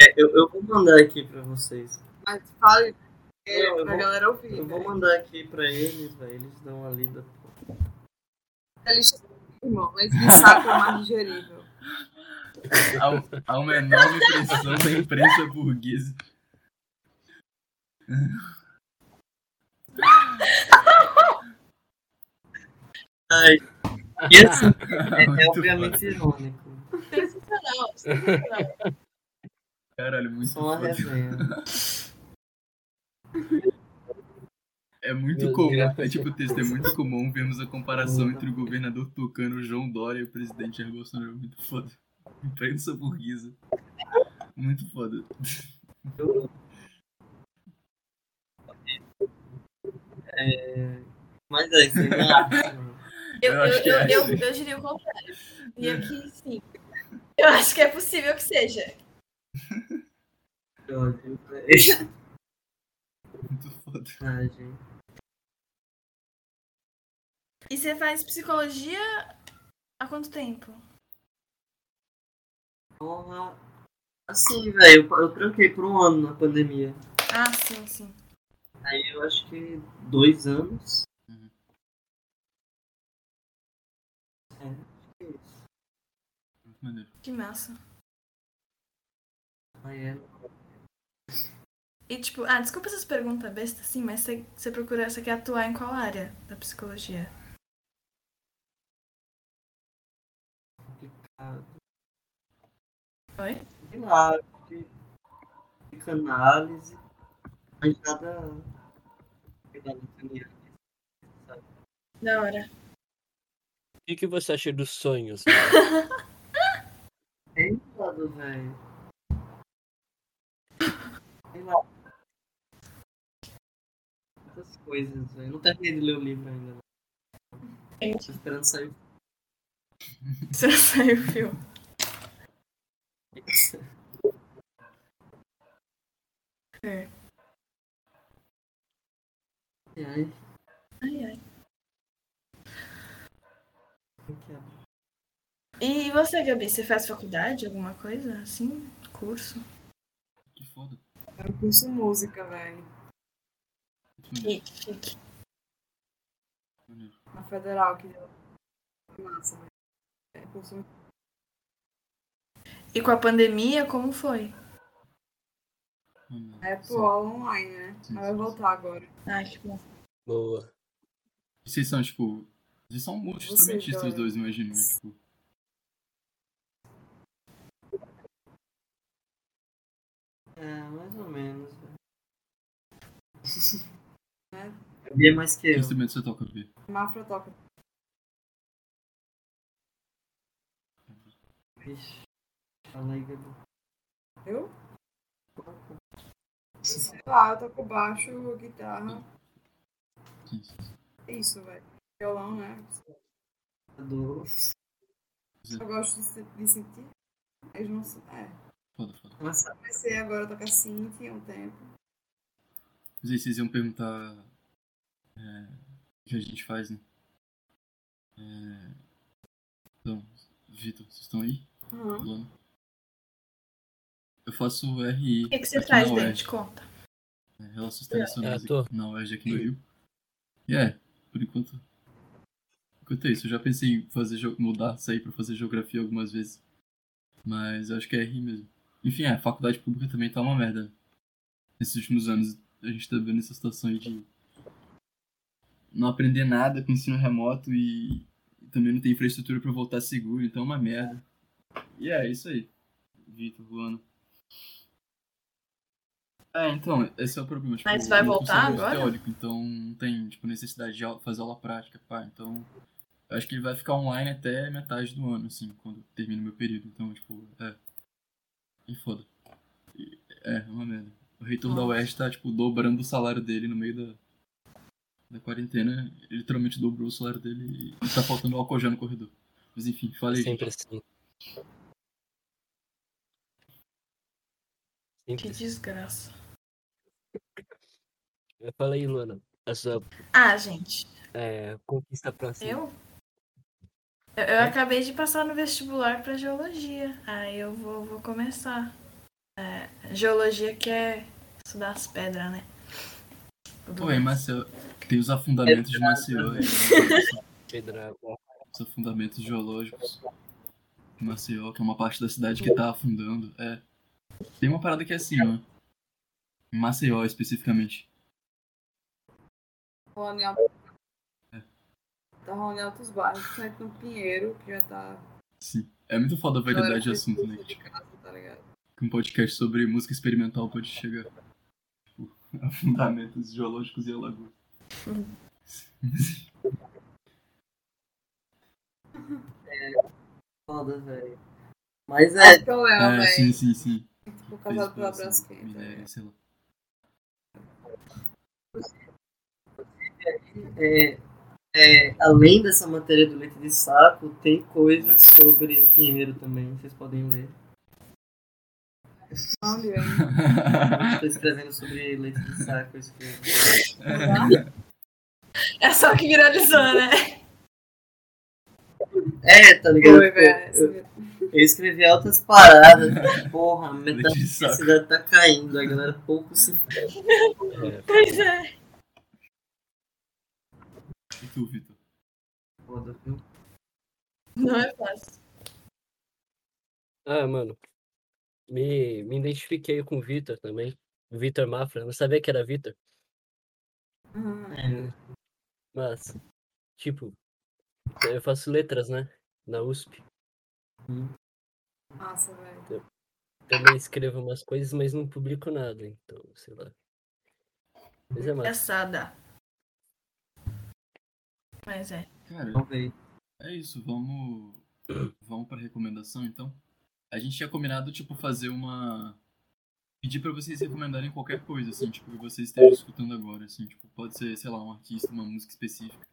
S2: É, eu, eu vou mandar aqui pra vocês.
S5: Mas fale é,
S2: Não, eu
S5: pra
S2: vou-
S5: galera ouvir.
S2: Eu
S5: né?
S2: vou mandar aqui pra eles, velho. Eles dão uma lida.
S5: A lista é irmão, mas de saco é mais digerível.
S4: há, um, há uma enorme pressão da imprensa burguesa.
S2: Ai. E assim, é, é
S4: Muito
S2: obviamente irônico.
S3: Sensacional, sensacional.
S4: Caralho, muito
S2: Só uma
S4: foda.
S2: resenha.
S4: É muito
S1: Meu
S4: comum,
S1: Deus. Uhum.
S4: é tipo texto, é muito comum vermos a comparação
S2: Porra.
S4: entre o governador tocando João Dória e o presidente Jair Bolsonaro. É Muito foda. Imprensa burguesa. Muito foda.
S2: É, Mas é, sem nada.
S3: Eu,
S4: Eu
S3: eu,
S4: acho que
S3: eu,
S4: é
S3: eu, eu diria o contrário. Diria que sim. Eu acho que é possível que seja.
S2: Que ódio, velho.
S4: Muito foda.
S2: Ah, gente.
S3: E você faz psicologia há quanto tempo?
S2: Porra. Assim, velho, eu, eu tranquei por um ano na pandemia.
S3: Ah, sim, sim.
S2: Aí eu acho que dois anos.
S4: Uhum.
S2: É, acho que é isso.
S4: Muito maneiro.
S3: Que massa.
S2: Aí é.
S3: E tipo, ah, desculpa essas perguntas bestas, assim, mas você, você procura, você quer é atuar em qual área da psicologia?
S2: ah,
S3: Oi?
S2: Sei lá, acho que psicanálise. Mas nada. sei lá, Newtoniano, sabe?
S3: Da hora.
S1: O que, que você acha assim? dos sonhos?
S2: É engraçado, velho. Sei lá. Muitas coisas, velho. Não terminei de ler o livro ainda. não.
S3: Entendi.
S2: Tô esperando sair.
S3: Você não saiu o filme. É.
S2: E aí?
S3: Ai, ai.
S2: tem que abrir.
S3: E você, Gabi, você faz faculdade, alguma coisa assim? Curso?
S4: Que foda.
S5: Eu É um curso música, velho.
S4: Muito maneiro.
S3: Chique, chique.
S4: maneiro.
S5: Na federal, que deu. Massa, velho. É curso
S3: E com a pandemia, como foi?
S4: maneiro.
S5: é
S4: Sim.
S5: por aula online, né?
S4: Sim,
S5: Mas
S4: sim,
S5: vai voltar agora.
S3: Ai, que bom.
S1: Boa.
S4: E Vocês são, tipo. Vocês são multi-instrumentistas
S5: Vocês
S4: os
S5: dois.
S4: dois, imagino. né? Tipo,
S2: É, mais ou menos, velho. é? Sabia mais que
S4: que
S2: eu.
S4: instrumento você toca, Bia?
S5: Mafra toca.
S2: Vixe. Fala aí, Gabi.
S5: Eu? Sei lá, eu toco baixo, guitarra.
S4: Sim, sim, sim.
S5: É isso, velho. Violão, né?
S2: Do...
S5: Eu gosto de, se- de sentir. Mas não sei. É.
S4: Foda, foda.
S2: Nossa,
S5: Comecei agora a tocar synth há um tempo.
S4: Mas aí vocês iam perguntar é, o que a gente faz, né? É, então, Vitor, vocês estão aí?
S2: Uhum.
S5: Aham.
S4: Luana? Eu faço RI,
S3: O que, que você
S4: Aqui
S3: faz,
S4: não é.
S3: Dante? Conta.
S4: né, Relações Internacionais
S1: É, tô.
S4: aqui na UERJ aqui no Rio. E é, por enquanto. Enquanto é isso, eu já pensei em fazer, geo- mudar, sair pra fazer geografia algumas vezes. Mas eu acho que é RI mesmo. Enfim, é, a faculdade pública também tá uma merda. né? Nesses últimos anos, a gente tá vendo essa situação aí de. não aprender nada com ensino remoto e também não tem infraestrutura pra voltar seguro, então é uma merda. E é isso aí, Vitor, Luana. É, então, esse é o problema. Tipo,
S3: Mas vai
S4: o meu curso é
S3: voltar
S4: mais
S3: agora?
S4: Teórico, então não tem tipo, necessidade de au- fazer aula prática, pá. Então, eu acho que ele vai ficar online até metade do ano, assim, quando termina o meu período. Então, tipo, é. E foda. E- é, é uma merda. O reitor da UERJ tá, tipo, dobrando o salário dele no meio da, da quarentena. Ele literalmente dobrou o salário dele e tá faltando álcool gel no corredor. Mas enfim, falei.
S1: Sempre assim.
S3: Que
S1: Sempre assim.
S3: desgraça.
S1: Fala aí, Luana. A sua
S3: Ah, gente,
S1: é, conquista próxima.
S3: eu? Eu, eu acabei de passar no vestibular pra geologia. Aí eu vou, vou começar. É, geologia que é estudar as pedras, né? Do-
S4: Pô, aí, Maceió, tem os afundamentos de Maceió aí. né?
S1: Pedra,
S4: Os afundamentos geológicos. de Maceió, que é uma parte da cidade que tá afundando. É. Tem uma parada que é assim, ó. Em Maceió, especificamente.
S5: rolando em altos...
S4: É.
S5: Tá rolando em altos bairros, principalmente no Pinheiro, que já tá.
S4: Sim. É muito foda a variedade de
S5: Galera,
S4: assunto, né?
S5: precisa
S4: Que,
S5: de
S4: tipo,
S5: casa, tá ligado?
S4: que um podcast sobre música experimental pode chegar. Tipo, a fundamentos geológicos e a lagoa.
S2: Foda, velho. Mas é,
S5: Esse que é o Léo,
S4: É,
S5: velho.
S4: sim, sim, sim.
S5: Tipo, casado pela
S4: Fez, assim,
S5: Braskem. tá ligado?
S4: minério, sei lá.
S2: é, é, além dessa matéria do leite de saco, tem coisas sobre o Pinheiro também, vocês podem ler.
S5: Não, Lívia,
S2: Estou escrevendo sobre leite de saco, eu escrevo.
S3: É só o que viralizou, né?
S2: É, tá ligado?
S5: Foi, velho.
S2: eu,
S5: Esse-
S2: eu escrevi altas paradas, porra, a
S4: Leite de saco.
S2: metafísica tá caindo, a galera pouco se
S3: Pois é.
S4: E tu, Vitor?
S2: foda, viu?
S3: Não é fácil.
S1: Ah, mano, me, me identifiquei com o Vitor também. Vitor Mafra, não sabia que era Vitor,
S5: Uhum.
S2: É,
S1: mas, tipo, eu faço letras, né? Na USP.
S5: Nossa, velho.
S1: Também escrevo umas coisas, mas não publico nada, então, sei lá. Mas é massa.
S3: Engraçada. Mas é.
S4: Cara,
S2: talvez.
S4: É isso, vamos. Vamos pra recomendação então. A gente tinha combinado, tipo, fazer uma. Pedir pra vocês recomendarem qualquer coisa, assim, tipo, que vocês estejam escutando agora, assim, tipo, pode ser, sei lá, um artista, uma música específica.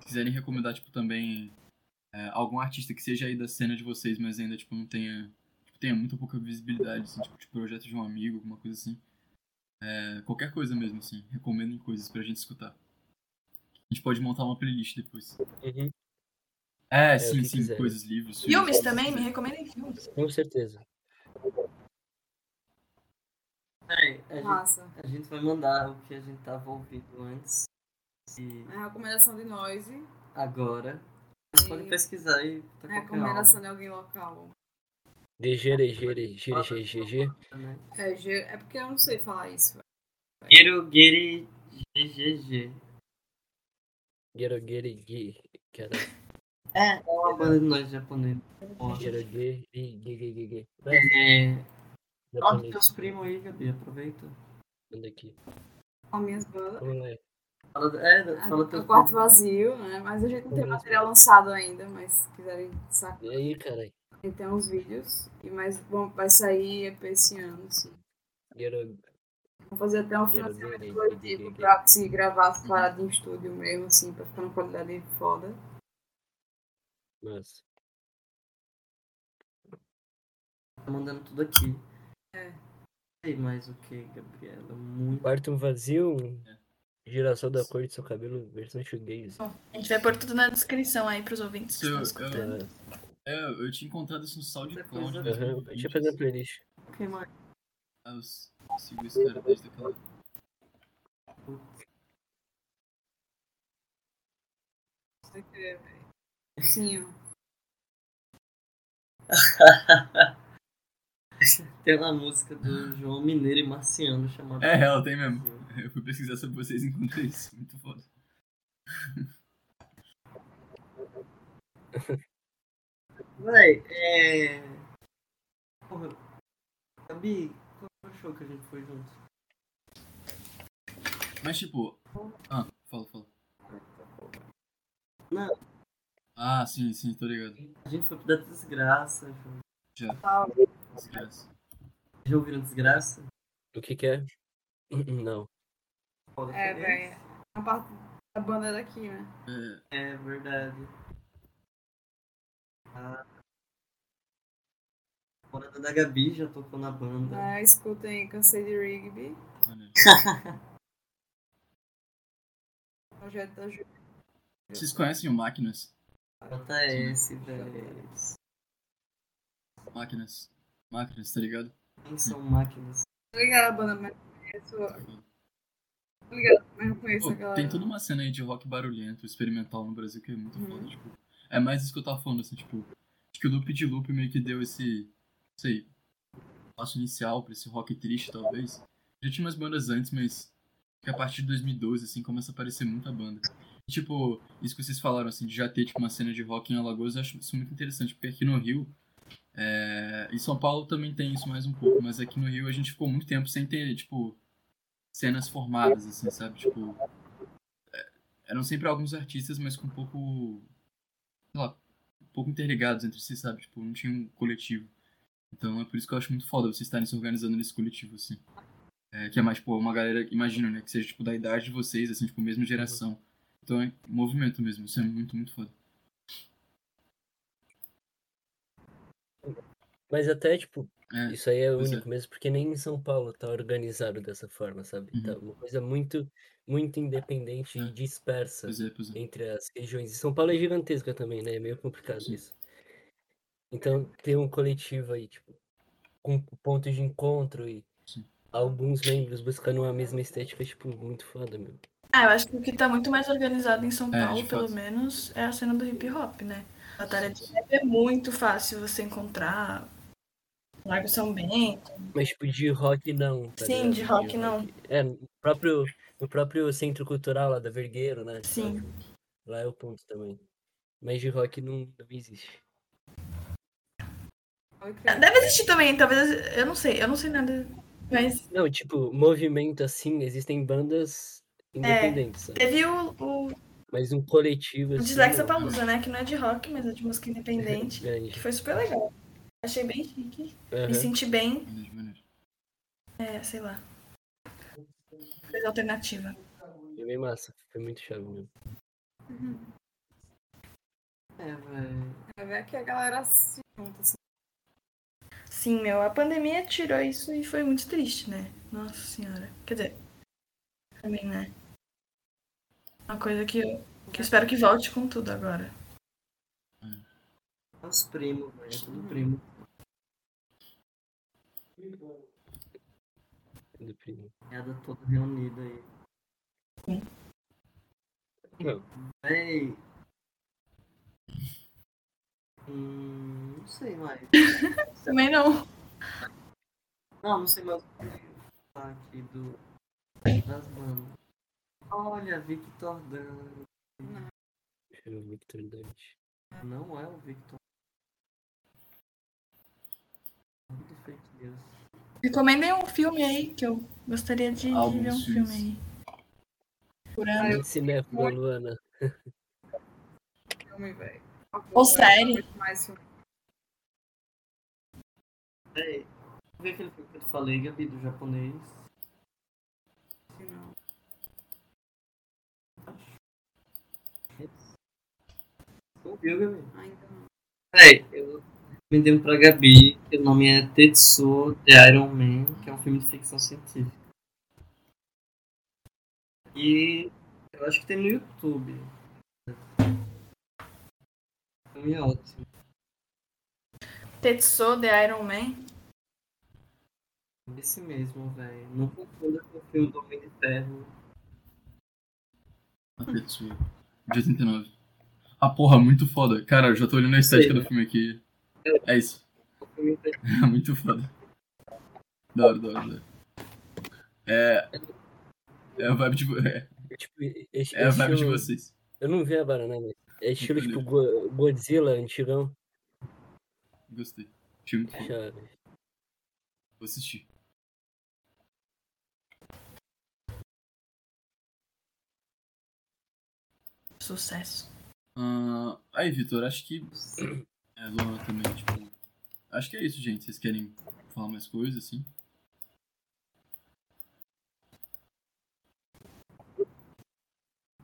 S4: Se quiserem recomendar, tipo, também é, algum artista que seja aí da cena de vocês, mas ainda, tipo, não tenha. Tipo, tenha muito pouca visibilidade, assim, tipo, de projeto de um amigo, alguma coisa assim. É, qualquer coisa mesmo, assim, recomendem coisas pra gente escutar. A gente pode montar uma playlist depois.
S1: Uhum,
S4: É,
S1: o
S4: sim,
S1: que
S4: sim,
S1: quiser.
S4: coisas livres.
S3: Filmes também? Me recomendem filmes.
S1: com certeza.
S2: Peraí, é, a, gente,
S5: Massa.
S2: a gente vai mandar o que a gente tava ouvindo antes e
S5: É a recomendação de né? Noise.
S2: agora.
S5: E
S2: Pode pesquisar e tá
S5: é a recomendação de alguém local.
S1: DG, DG, DG, DG, DG.
S2: Né?
S5: É, G- é porque eu não sei falar isso, velho.
S2: Guero Gueri GGG.
S1: Gero, gere, gi. Cara,
S2: É, é uma banda de nós japonês. Porra.
S1: gero, ge, gi, gi, gi, gi, gi. Vai,
S2: É. Olha os
S1: japonês,
S2: teus primos aí, Gabi, aproveita.
S1: manda aqui.
S5: As minhas bandas.
S1: Vamos lá.
S2: Fala, é,
S5: Ah,
S2: fala teus
S5: O quarto vazio, né? Mas a gente não tem material lançado ainda, mas se quiserem sacar,
S1: E aí, caralho?
S5: a gente tem uns vídeos. E mais bom, vai sair EP esse ano, sim.
S1: Gero,
S5: Vamos fazer até um financiamento coletivo pra se gravar as paradas em estúdio mesmo, assim, pra ficar uma qualidade foda.
S1: massa.
S2: Tá mandando tudo aqui.
S5: É.
S2: Sei mais o que, Gabriela? Muito.
S1: Quarto vazio,
S4: É.
S1: giração da cor de seu cabelo, assim. versão shoegaze.
S3: A gente vai pôr tudo na descrição aí pros ouvintes que
S4: Eu-
S3: estão
S4: eu-
S3: escutando.
S4: É, eu tinha encontrado isso no SoundCloud.
S2: Coisa-
S4: em
S1: Aham,
S4: 2020.
S1: Deixa eu fazer a playlist.
S2: que mais?
S4: Ah, eu s- sigo esse cara desde aquela.
S5: Você crê, é, velho. Sim, ó.
S2: Tem uma música do João Mineiro e Marciano chamada.
S4: É, ela tem mesmo. Eu fui pesquisar sobre vocês e encontrei isso. Muito foda.
S2: Véi, é. Porra. Gabi, qual foi o show que a gente foi juntos?
S4: Mas tipo. Ah, fala, fala.
S2: Não.
S4: Ah, sim, sim, tô ligado.
S2: A gente foi pro da desgraça. João.
S4: Esquece.
S2: Já ouviram desgraça?
S1: O que que é? Não.
S2: Qual
S5: É,
S2: referência?
S5: velho. A parte da banda daqui, né?
S4: É,
S2: É verdade. A namorada da Gabi já tocou na banda.
S5: Ah, escutem, cansei de Rigby.
S4: olha aí.
S5: Projeto da Ju.
S4: Vocês conhecem o Máquinas?
S2: JS, velho.
S4: Máquinas. Máquinas, tá ligado?
S2: Quem são máquinas?
S5: Tá ligado a banda, mas não conheço. Tá ligado, mas não conheço
S4: Pô,
S5: a galera.
S4: tem toda uma cena aí de rock barulhento, experimental no Brasil que é muito
S5: Uhum.
S4: foda, tipo. É mais isso que eu tava falando, assim, tipo. Acho que o Loop de Loop meio que deu esse. não sei. Passo inicial pra esse rock triste, talvez. Já tinha umas bandas antes, mas. acho Que a partir de 2012, assim, começa a aparecer muita banda. E, tipo, isso que vocês falaram, assim, de já ter, tipo, uma cena de rock em Alagoas, eu acho isso muito interessante, porque aqui no Rio. É... Em São Paulo também tem isso mais um pouco, mas aqui no Rio a gente ficou muito tempo sem ter, tipo. Cenas formadas, assim, sabe? Tipo, eram sempre alguns artistas, mas com um pouco. sei lá, um pouco interligados entre si, sabe? Tipo, não tinha um coletivo. Então é por isso que eu acho muito foda vocês estarem se organizando nesse coletivo, assim. É, que é mais, tipo, uma galera, imagino, né? Que seja, tipo, da idade de vocês, assim, tipo, mesma geração. Então é movimento mesmo, isso é muito, muito foda.
S1: Mas até, tipo,
S4: É,
S1: isso aí é
S4: pois é.
S1: único mesmo, porque nem em São Paulo tá organizado dessa forma, sabe? Tá uma coisa muito, muito independente
S4: Uhum. É.
S1: e dispersa
S4: pois é, pois é.
S1: entre as regiões. E São Paulo é gigantesca também, né? É meio complicado
S4: Sim.
S1: isso. Então, ter um coletivo aí, tipo, com pontos de encontro e
S4: Sim.
S1: alguns membros buscando uma mesma estética, é, tipo, muito foda, meu.
S3: Ah, eu acho que o que tá muito mais organizado em São
S4: É,
S3: Paulo,
S4: de
S3: pelo
S4: fato.
S3: menos, é a cena do hip hop, né? Batalha de
S4: Sim, sim.
S3: rap é muito fácil você encontrar. Largo São Bento.
S1: Mas, tipo, de rock não, tá
S3: Sim,
S1: ligado?
S3: de rock não.
S1: É, no próprio, no próprio centro cultural lá da Vergueiro, né? Então,
S3: Sim.
S1: Lá é o ponto também. Mas de rock não, não existe.
S5: Olha que- é.
S3: Deve existir também, talvez. Eu não sei, eu não sei nada. Mas
S1: Não, tipo, movimento assim, existem bandas independentes, sabe?
S3: teve o, o,
S1: Mas um coletivo
S3: É. o
S1: assim.
S3: Dislexia
S1: não.
S3: Palusa, né? Que não é de rock, mas é de música independente. Que
S1: Grande.
S3: foi assim. super legal. Achei bem chique.
S1: Aham.
S3: Me senti bem,
S4: Maneiro, maneiro.
S3: é, sei lá. Coisa alternativa.
S1: Foi bem massa. Foi muito chave mesmo.
S2: É, velho.
S5: É, velho, que a galera se junta, assim.
S3: Sim, meu, a pandemia tirou isso e foi muito triste, né? Nossa senhora. Quer dizer, também, né? Uma coisa que eu, que eu espero que volte com tudo agora.
S2: É os primos, velho. É tudo primo.
S1: É Do primo.
S2: Piada toda reunida aí.
S1: Não.
S2: Véi. Hum, não sei mais.
S3: Também não.
S2: Não, não sei mais o que eu ia falar aqui do. das bandas. Olha, Victor Dan.
S1: Foi o Victor Dante.
S2: Não é o Victor. Muito fake news.
S3: Recomendem um filme aí, que eu gostaria de, de
S4: Alguns
S3: ver um
S4: filmes.
S3: filme aí. Por ano.
S1: Muito cinéfilo, Luana.
S5: filme, velho.
S3: Ou série.
S5: Mais filme.
S2: Véi. Vê aquele filme que eu te falei, Gabi, do japonês.
S5: Não.
S2: Você Ouviu, Gabi?
S5: Ainda não.
S2: Véi, eu vendendo pra Gabi, que o nome é Tetsuo The Iron Man, que é um filme de ficção científica. E eu acho que tem no YouTube. Filme é ótimo.
S3: Tetsuo The Iron Man.
S2: Esse mesmo, véi. Não confunda com o filme do Homem de Ferro.
S4: A Tetsuya. De 89. Ah, porra, muito foda. Cara, eu já tô olhando a estética do filme aqui. É isso.
S2: O filme tem
S4: É muito foda. Da hora, da hora, da hora. É. É a vibe de, vo- é,
S1: Tipo, esse,
S4: é a
S1: esse
S4: É vibe de
S1: filme-
S4: vocês.
S1: Eu não vi a Baranada. É estilo tipo Go- Godzilla, antigão.
S4: Gostei. Tinha muito foda.
S1: Deixa-
S4: Vou assistir.
S3: Sucesso.
S4: Ah, aí, Vitor, acho que. É, Luana também, tipo. Acho que é isso, gente. Vocês querem falar mais coisas, assim?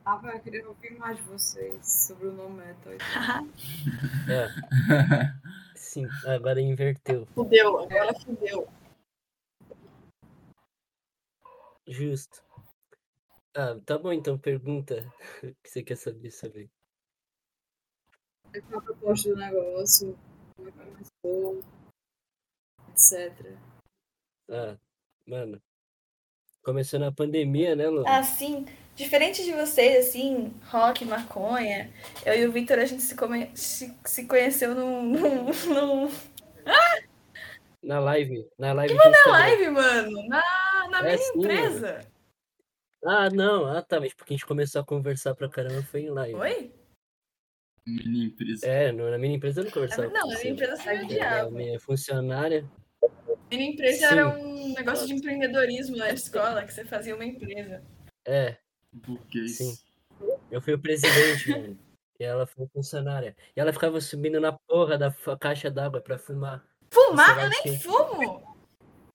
S5: Ah, velho, eu queria ouvir mais de vocês sobre o nome metal.
S1: Sim, agora inverteu.
S3: Fudeu, agora fudeu.
S1: Justo. Ah, tá bom então, pergunta o que você quer saber sobre.
S5: Qual a proposta do negócio? Como é que começou? Etc.
S1: Ah, mano. Começou na pandemia, né, Luana?
S3: Assim, diferente de vocês, assim, rock, maconha, eu e o Victor, a gente se, come- se- se conheceu num, num, num-
S1: Na live. Na live. do
S3: na
S1: Instagram.
S3: live, mano. Na,
S1: Tá
S3: na
S1: É
S3: minha
S1: sim,
S3: empresa.
S1: Ah, não. Ah, tá. Mas porque a gente começou a conversar pra caramba foi em live.
S3: Oi?
S4: Mini empresa.
S1: É, no- na minha empresa eu não conversava.
S3: Não,
S1: com
S3: na
S1: você.
S3: minha empresa saiu o
S1: Era a
S3: diabo.
S1: minha funcionária.
S3: Minha empresa
S1: Sim.
S3: era um negócio de empreendedorismo na escola, que você fazia uma empresa.
S1: É,
S4: Burguês.
S1: Sim. Eu fui o presidente, mano. E ela foi funcionária. E ela ficava subindo na porra da fa- caixa d'água pra fumar.
S3: Fumar?
S1: Você
S3: Eu
S1: vai
S3: nem
S1: ser-
S3: fumo!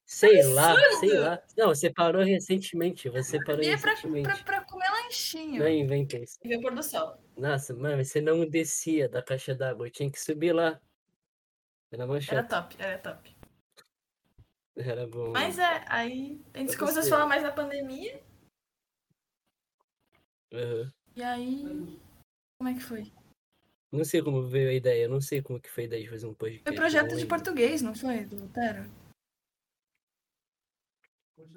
S1: Sei lá, sei lá. Não, você parou recentemente. Você parou
S3: Vinha pra,
S1: recentemente. Né?
S3: pra- pra comer
S1: Não
S3: lanchinho.
S1: inventa isso.
S3: E ver o pôr do sol.
S1: Nossa, mano, você não descia da caixa d'água. Eu tinha que subir lá. Era mó
S3: Era
S1: chato.
S3: top, era top.
S1: Era bom.
S3: Mas é, aí a gente
S1: Eu
S3: começou a
S1: gostei.
S3: se falar mais na pandemia.
S1: Aham.
S3: E aí. Como é que foi?
S1: Não sei como veio a ideia. Não sei como que foi a ideia de fazer um podcast.
S3: Foi
S1: eu
S3: projeto
S1: não
S3: de
S1: lembro.
S3: português, não foi? Do Lutero?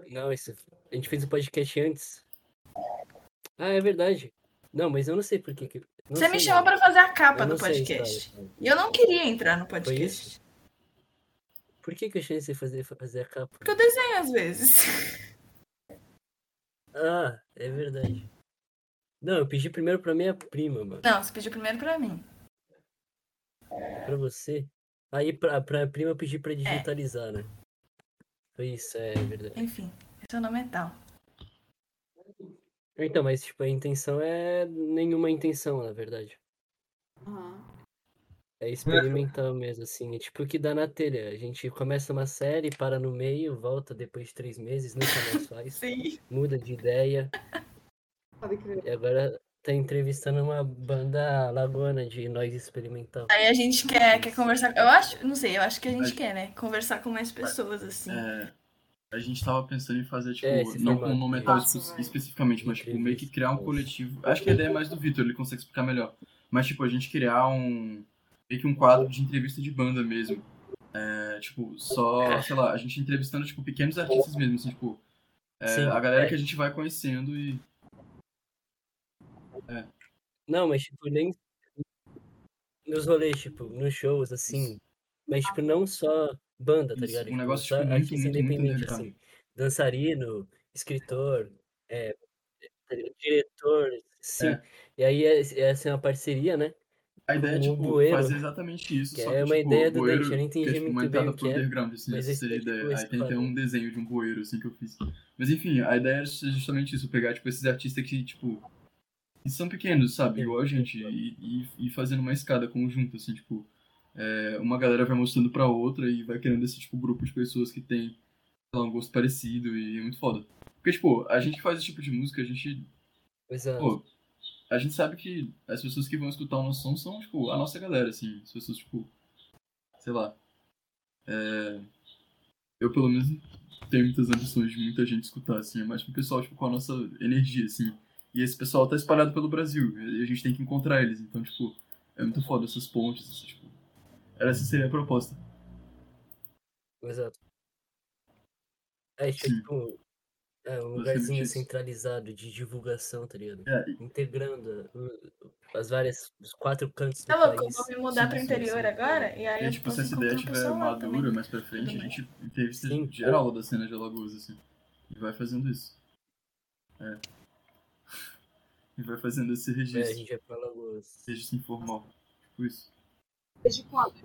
S1: Não, isso... a gente fez o podcast antes. Ah, é verdade. Não, mas eu não sei por que. que- não
S3: Você me
S1: sei,
S3: chamou
S1: mano.
S3: pra fazer a
S1: Eu
S3: capa
S1: não
S3: do
S1: sei a
S3: podcast.
S1: história.
S3: E eu não queria entrar no podcast.
S1: isso? Por que, que eu achei de fazer, fazer a capa?
S3: Porque eu desenho às vezes.
S1: Ah, é verdade. Não, eu pedi primeiro pra minha prima, mano.
S3: Não, você pediu primeiro pra mim.
S1: Pra você. Aí pra, pra prima eu pedi pra digitalizar, né? Foi isso, é verdade.
S3: Enfim, esse é o nome é tal.
S1: Então, mas tipo, a intenção é nenhuma intenção, na verdade.
S5: Aham.
S1: É experimental mesmo, assim. É tipo o que dá na telha. A gente começa uma série, para no meio, volta depois de três meses, nunca mais faz,
S3: Sim.
S1: muda de ideia.
S5: Pode crer.
S1: E agora tá entrevistando uma banda lagoana de noise experimental.
S3: Aí a gente quer, quer conversar. Eu acho, não sei, eu acho que a gente quer, né? Conversar com mais pessoas, assim.
S4: É, a gente tava pensando em fazer, tipo,
S1: É, esse
S4: não
S1: formato.
S4: com uma metal
S5: Fácil,
S4: espe-
S5: vai.
S4: especificamente, mas tipo, meio que criar um
S1: Isso.
S4: coletivo. Acho que a ideia é mais do Vitor, ele consegue explicar melhor. Mas, tipo, a gente criar um. meio que um quadro de entrevista de banda mesmo. É, tipo, só, sei lá, a gente entrevistando, tipo, pequenos artistas mesmo, assim, tipo. é,
S1: Sim.
S4: a galera
S1: É.
S4: que a gente vai conhecendo e.
S1: Não, mas tipo, nem nos rolês, tipo, nos shows, assim. Mas, tipo, não só banda, tá
S4: Isso,
S1: ligado?
S4: um negócio,
S1: só
S4: tipo, muito,
S1: artista
S4: muito, muito
S1: independente,
S4: underground.
S1: assim. Dançarino, escritor, é, tá ligado? diretor, sim.
S4: É.
S1: E aí, é- essa é uma parceria, né?
S4: A ideia é,
S1: O
S4: tipo,
S1: bueiro,
S4: fazer exatamente isso.
S1: que
S4: só
S1: é
S4: que,
S1: uma
S4: tipo,
S1: ideia do
S4: bueiro,
S1: Dante, eu não entendi
S4: que é, tipo, uma
S1: muito bem
S4: entrada
S1: o
S4: pro
S1: que é,
S4: underground, assim,
S1: mas
S4: essa
S1: esse
S4: seria a
S1: tipo,
S4: ideia.
S1: esse
S4: Aí tem até
S1: padrão.
S4: um desenho de um bueiro, assim, que eu fiz. Mas enfim, a ideia é justamente isso, pegar, tipo, esses artistas que, tipo, que são pequenos, sabe? Igual a gente, e, e, e fazendo uma escada conjunta, assim, tipo, é, uma galera vai mostrando pra outra e vai criando esse, tipo, grupo de pessoas que tem, sei lá, um gosto parecido e é muito foda. Porque, tipo, a gente que faz esse tipo de música, a gente
S1: Exato.
S4: Pô, a gente sabe que as pessoas que vão escutar o nosso som são, tipo, a nossa galera, assim. As pessoas, tipo, sei lá. É, Eu, pelo menos, tenho muitas ambições de muita gente escutar, assim. É mais pro pessoal, tipo, com a nossa energia, assim. E esse pessoal tá espalhado pelo Brasil. E a gente tem que encontrar eles. Então, tipo, é muito foda essas pontes, assim, tipo... Essa seria a proposta.
S1: Exato. É, acho que é
S4: Sim.
S1: tipo, é um
S4: Basicamente
S1: lugarzinho
S4: isso.
S1: centralizado de divulgação, tá ligado?
S4: É, e-
S1: Integrando uh, as várias, os quatro cantos do
S3: Tá louco, eu
S1: país.
S3: vou me mudar
S4: sim,
S3: pro
S4: sim,
S3: interior
S1: sim.
S3: agora e aí
S4: e,
S3: eu
S4: tipo,
S3: posso
S4: se essa ideia
S3: encontrar o
S4: tiver
S3: pessoal lá também.
S4: madura mais pra frente, a
S3: Tudo
S4: gente entrevista
S1: Sim.
S4: geral da cena de Alagoas, assim. E vai fazendo isso. É. E vai fazendo esse
S1: É, a
S4: registro.
S1: gente vai pra Alagoas.
S4: Registro informal. Tipo isso.
S5: Desde quando?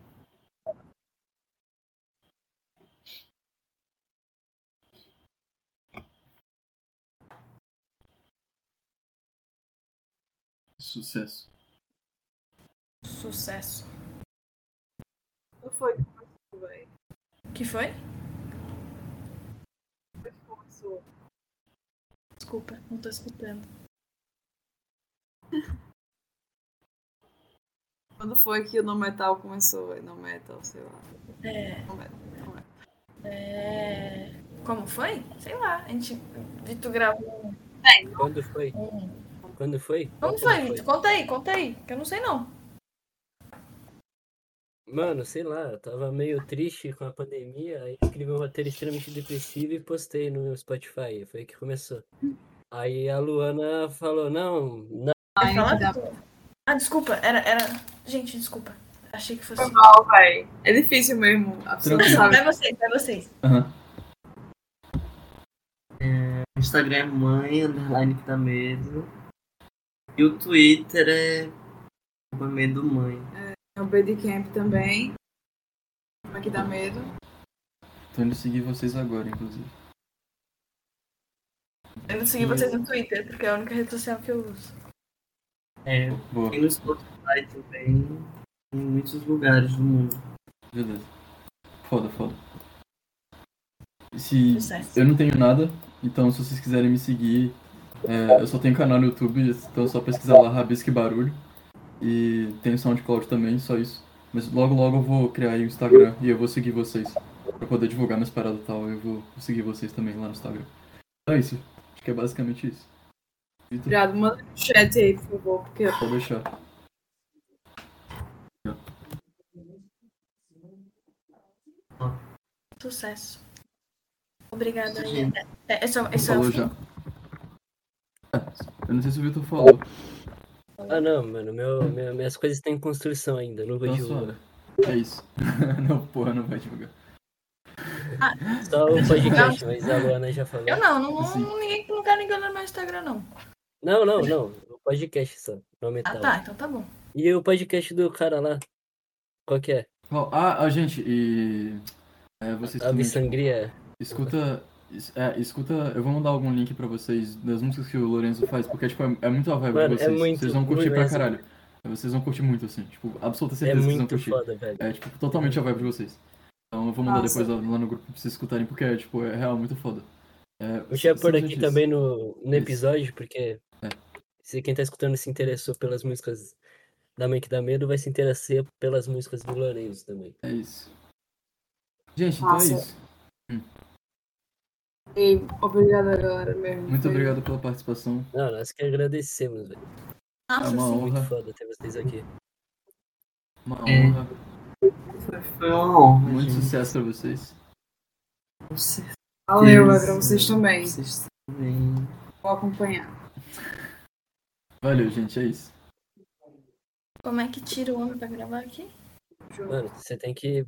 S4: Sucesso.
S3: Sucesso.
S5: Não foi que começou, velho.
S3: Que foi?
S5: Foi que começou.
S3: Desculpa, não tô escutando.
S5: Quando foi que o No Metal começou, velho? No Metal, sei lá.
S3: É.
S5: No Metal, No Metal.
S3: é... Como foi? Sei lá, a gente. Vitor gravou.
S1: Quando foi?
S3: um-
S1: Quando foi?
S3: Como foi, Vitor? Conta aí, conta aí, que eu não sei não.
S1: Mano, sei lá, eu tava meio triste com a pandemia, aí escrevi um roteiro extremamente depressivo e postei no meu Spotify. Foi aí que começou. Aí a Luana falou, não, não,
S5: Ai, então,
S3: Quer falar,
S5: dá-
S3: Vitor? Ah, desculpa, era, era. Gente, desculpa. Achei que fosse.
S5: Foi mal, velho. É difícil mesmo. A pessoa não
S4: Tranquilo.
S5: sabe.
S3: Vai vocês, vai vocês.
S4: Aham.
S2: Instagram é mãe, underline que dá medo. E o Twitter é arroba medo mãe.
S5: É o Bandcamp também. Como é que dá medo?
S4: Tô indo seguir vocês agora, inclusive.
S3: Eu não segui vocês no Twitter, porque é a única rede social que eu uso.
S2: É,
S4: Boa,
S2: tem no Spotify também, em muitos lugares do mundo.
S4: beleza. Foda, foda. Se
S3: Sucesso.
S4: eu não tenho nada, então se vocês quiserem me seguir, é, eu só tenho canal no YouTube, então é só pesquisar lá Rabisque Barulho. E tem o SoundCloud também, só isso. Mas logo logo eu vou criar aí o Instagram e eu vou seguir vocês. Pra poder divulgar minhas paradas e tal, eu vou seguir vocês também lá no Instagram. Então é isso. Acho que é basicamente isso. Vitor,
S5: Obrigado. Manda no chat aí, por favor, porque eu
S4: pode deixar.
S3: Sucesso. Obrigada.
S2: Sim.
S3: gente. É, é só, é só
S4: Falou já. É, Eu não sei se o Vitor falou.
S1: ah não, mano, meu, meu- minhas coisas estão em construção ainda, não vou
S4: Então,
S1: divulgar.
S4: só- É isso. não, porra, não vai divulgar.
S1: Só o podcast, mas a Luana já falou.
S3: Eu não, não,
S4: Sim.
S3: não, ninguém, não quero ninguém no meu Instagram, não.
S1: Não, não, não, o podcast só, não
S3: Ah,
S1: metal.
S3: tá, então tá bom.
S1: E o podcast do cara lá, qual que é?
S4: Bom, ah, ah, gente, e. É, vocês
S1: Ave
S4: também, tipo,
S1: Sangria.
S4: escuta. es- É, escuta. Eu vou mandar algum link pra vocês das músicas que o Lorenzo faz, porque tipo, é, é muito a vibe
S1: Mano, é
S4: de vocês.
S1: muito,
S4: vocês vão curtir
S1: muito
S4: pra
S1: mesmo.
S4: caralho. Vocês vão curtir muito, assim. Tipo, absoluta
S1: É
S4: certeza que vocês vão
S1: muito
S4: curtir.
S1: foda, velho.
S4: É, tipo, totalmente a vibe de vocês. Então eu vou mandar
S5: Nossa.
S4: depois lá, lá no grupo pra vocês escutarem, porque é, tipo, é real, muito foda. É,
S1: Eu tinha por
S4: simplesmente
S1: aqui
S4: isso.
S1: também no, no
S4: Isso.
S1: episódio, porque
S4: É.
S1: se quem tá escutando se interessou pelas músicas da Mãe que dá medo, vai se interessar pelas músicas do Lourenço também.
S4: É isso. Gente, então
S5: Nossa.
S4: é isso.
S5: fiquei obrigada agora mesmo.
S4: Muito
S5: Foi-
S4: obrigado pela participação.
S1: Não, nós que agradecemos, velho.
S4: É
S3: Nossa, assim,
S4: uma
S3: sim.
S1: Muito
S4: honra.
S1: foda ter vocês aqui.
S4: Uma
S2: É.
S4: honra.
S2: Foi, foi uma honra,
S4: Muito
S2: gente.
S4: sucesso pra vocês.
S2: Com certeza.
S5: Valeu, é pra vocês também.
S2: Vocês também.
S5: Vou acompanhar.
S4: Valeu, gente. É isso.
S3: Como é que tira o homem pra gravar aqui?
S1: Mano, você tem que.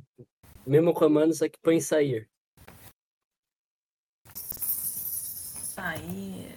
S1: Mesmo comando, só que põe sair.
S3: Aí.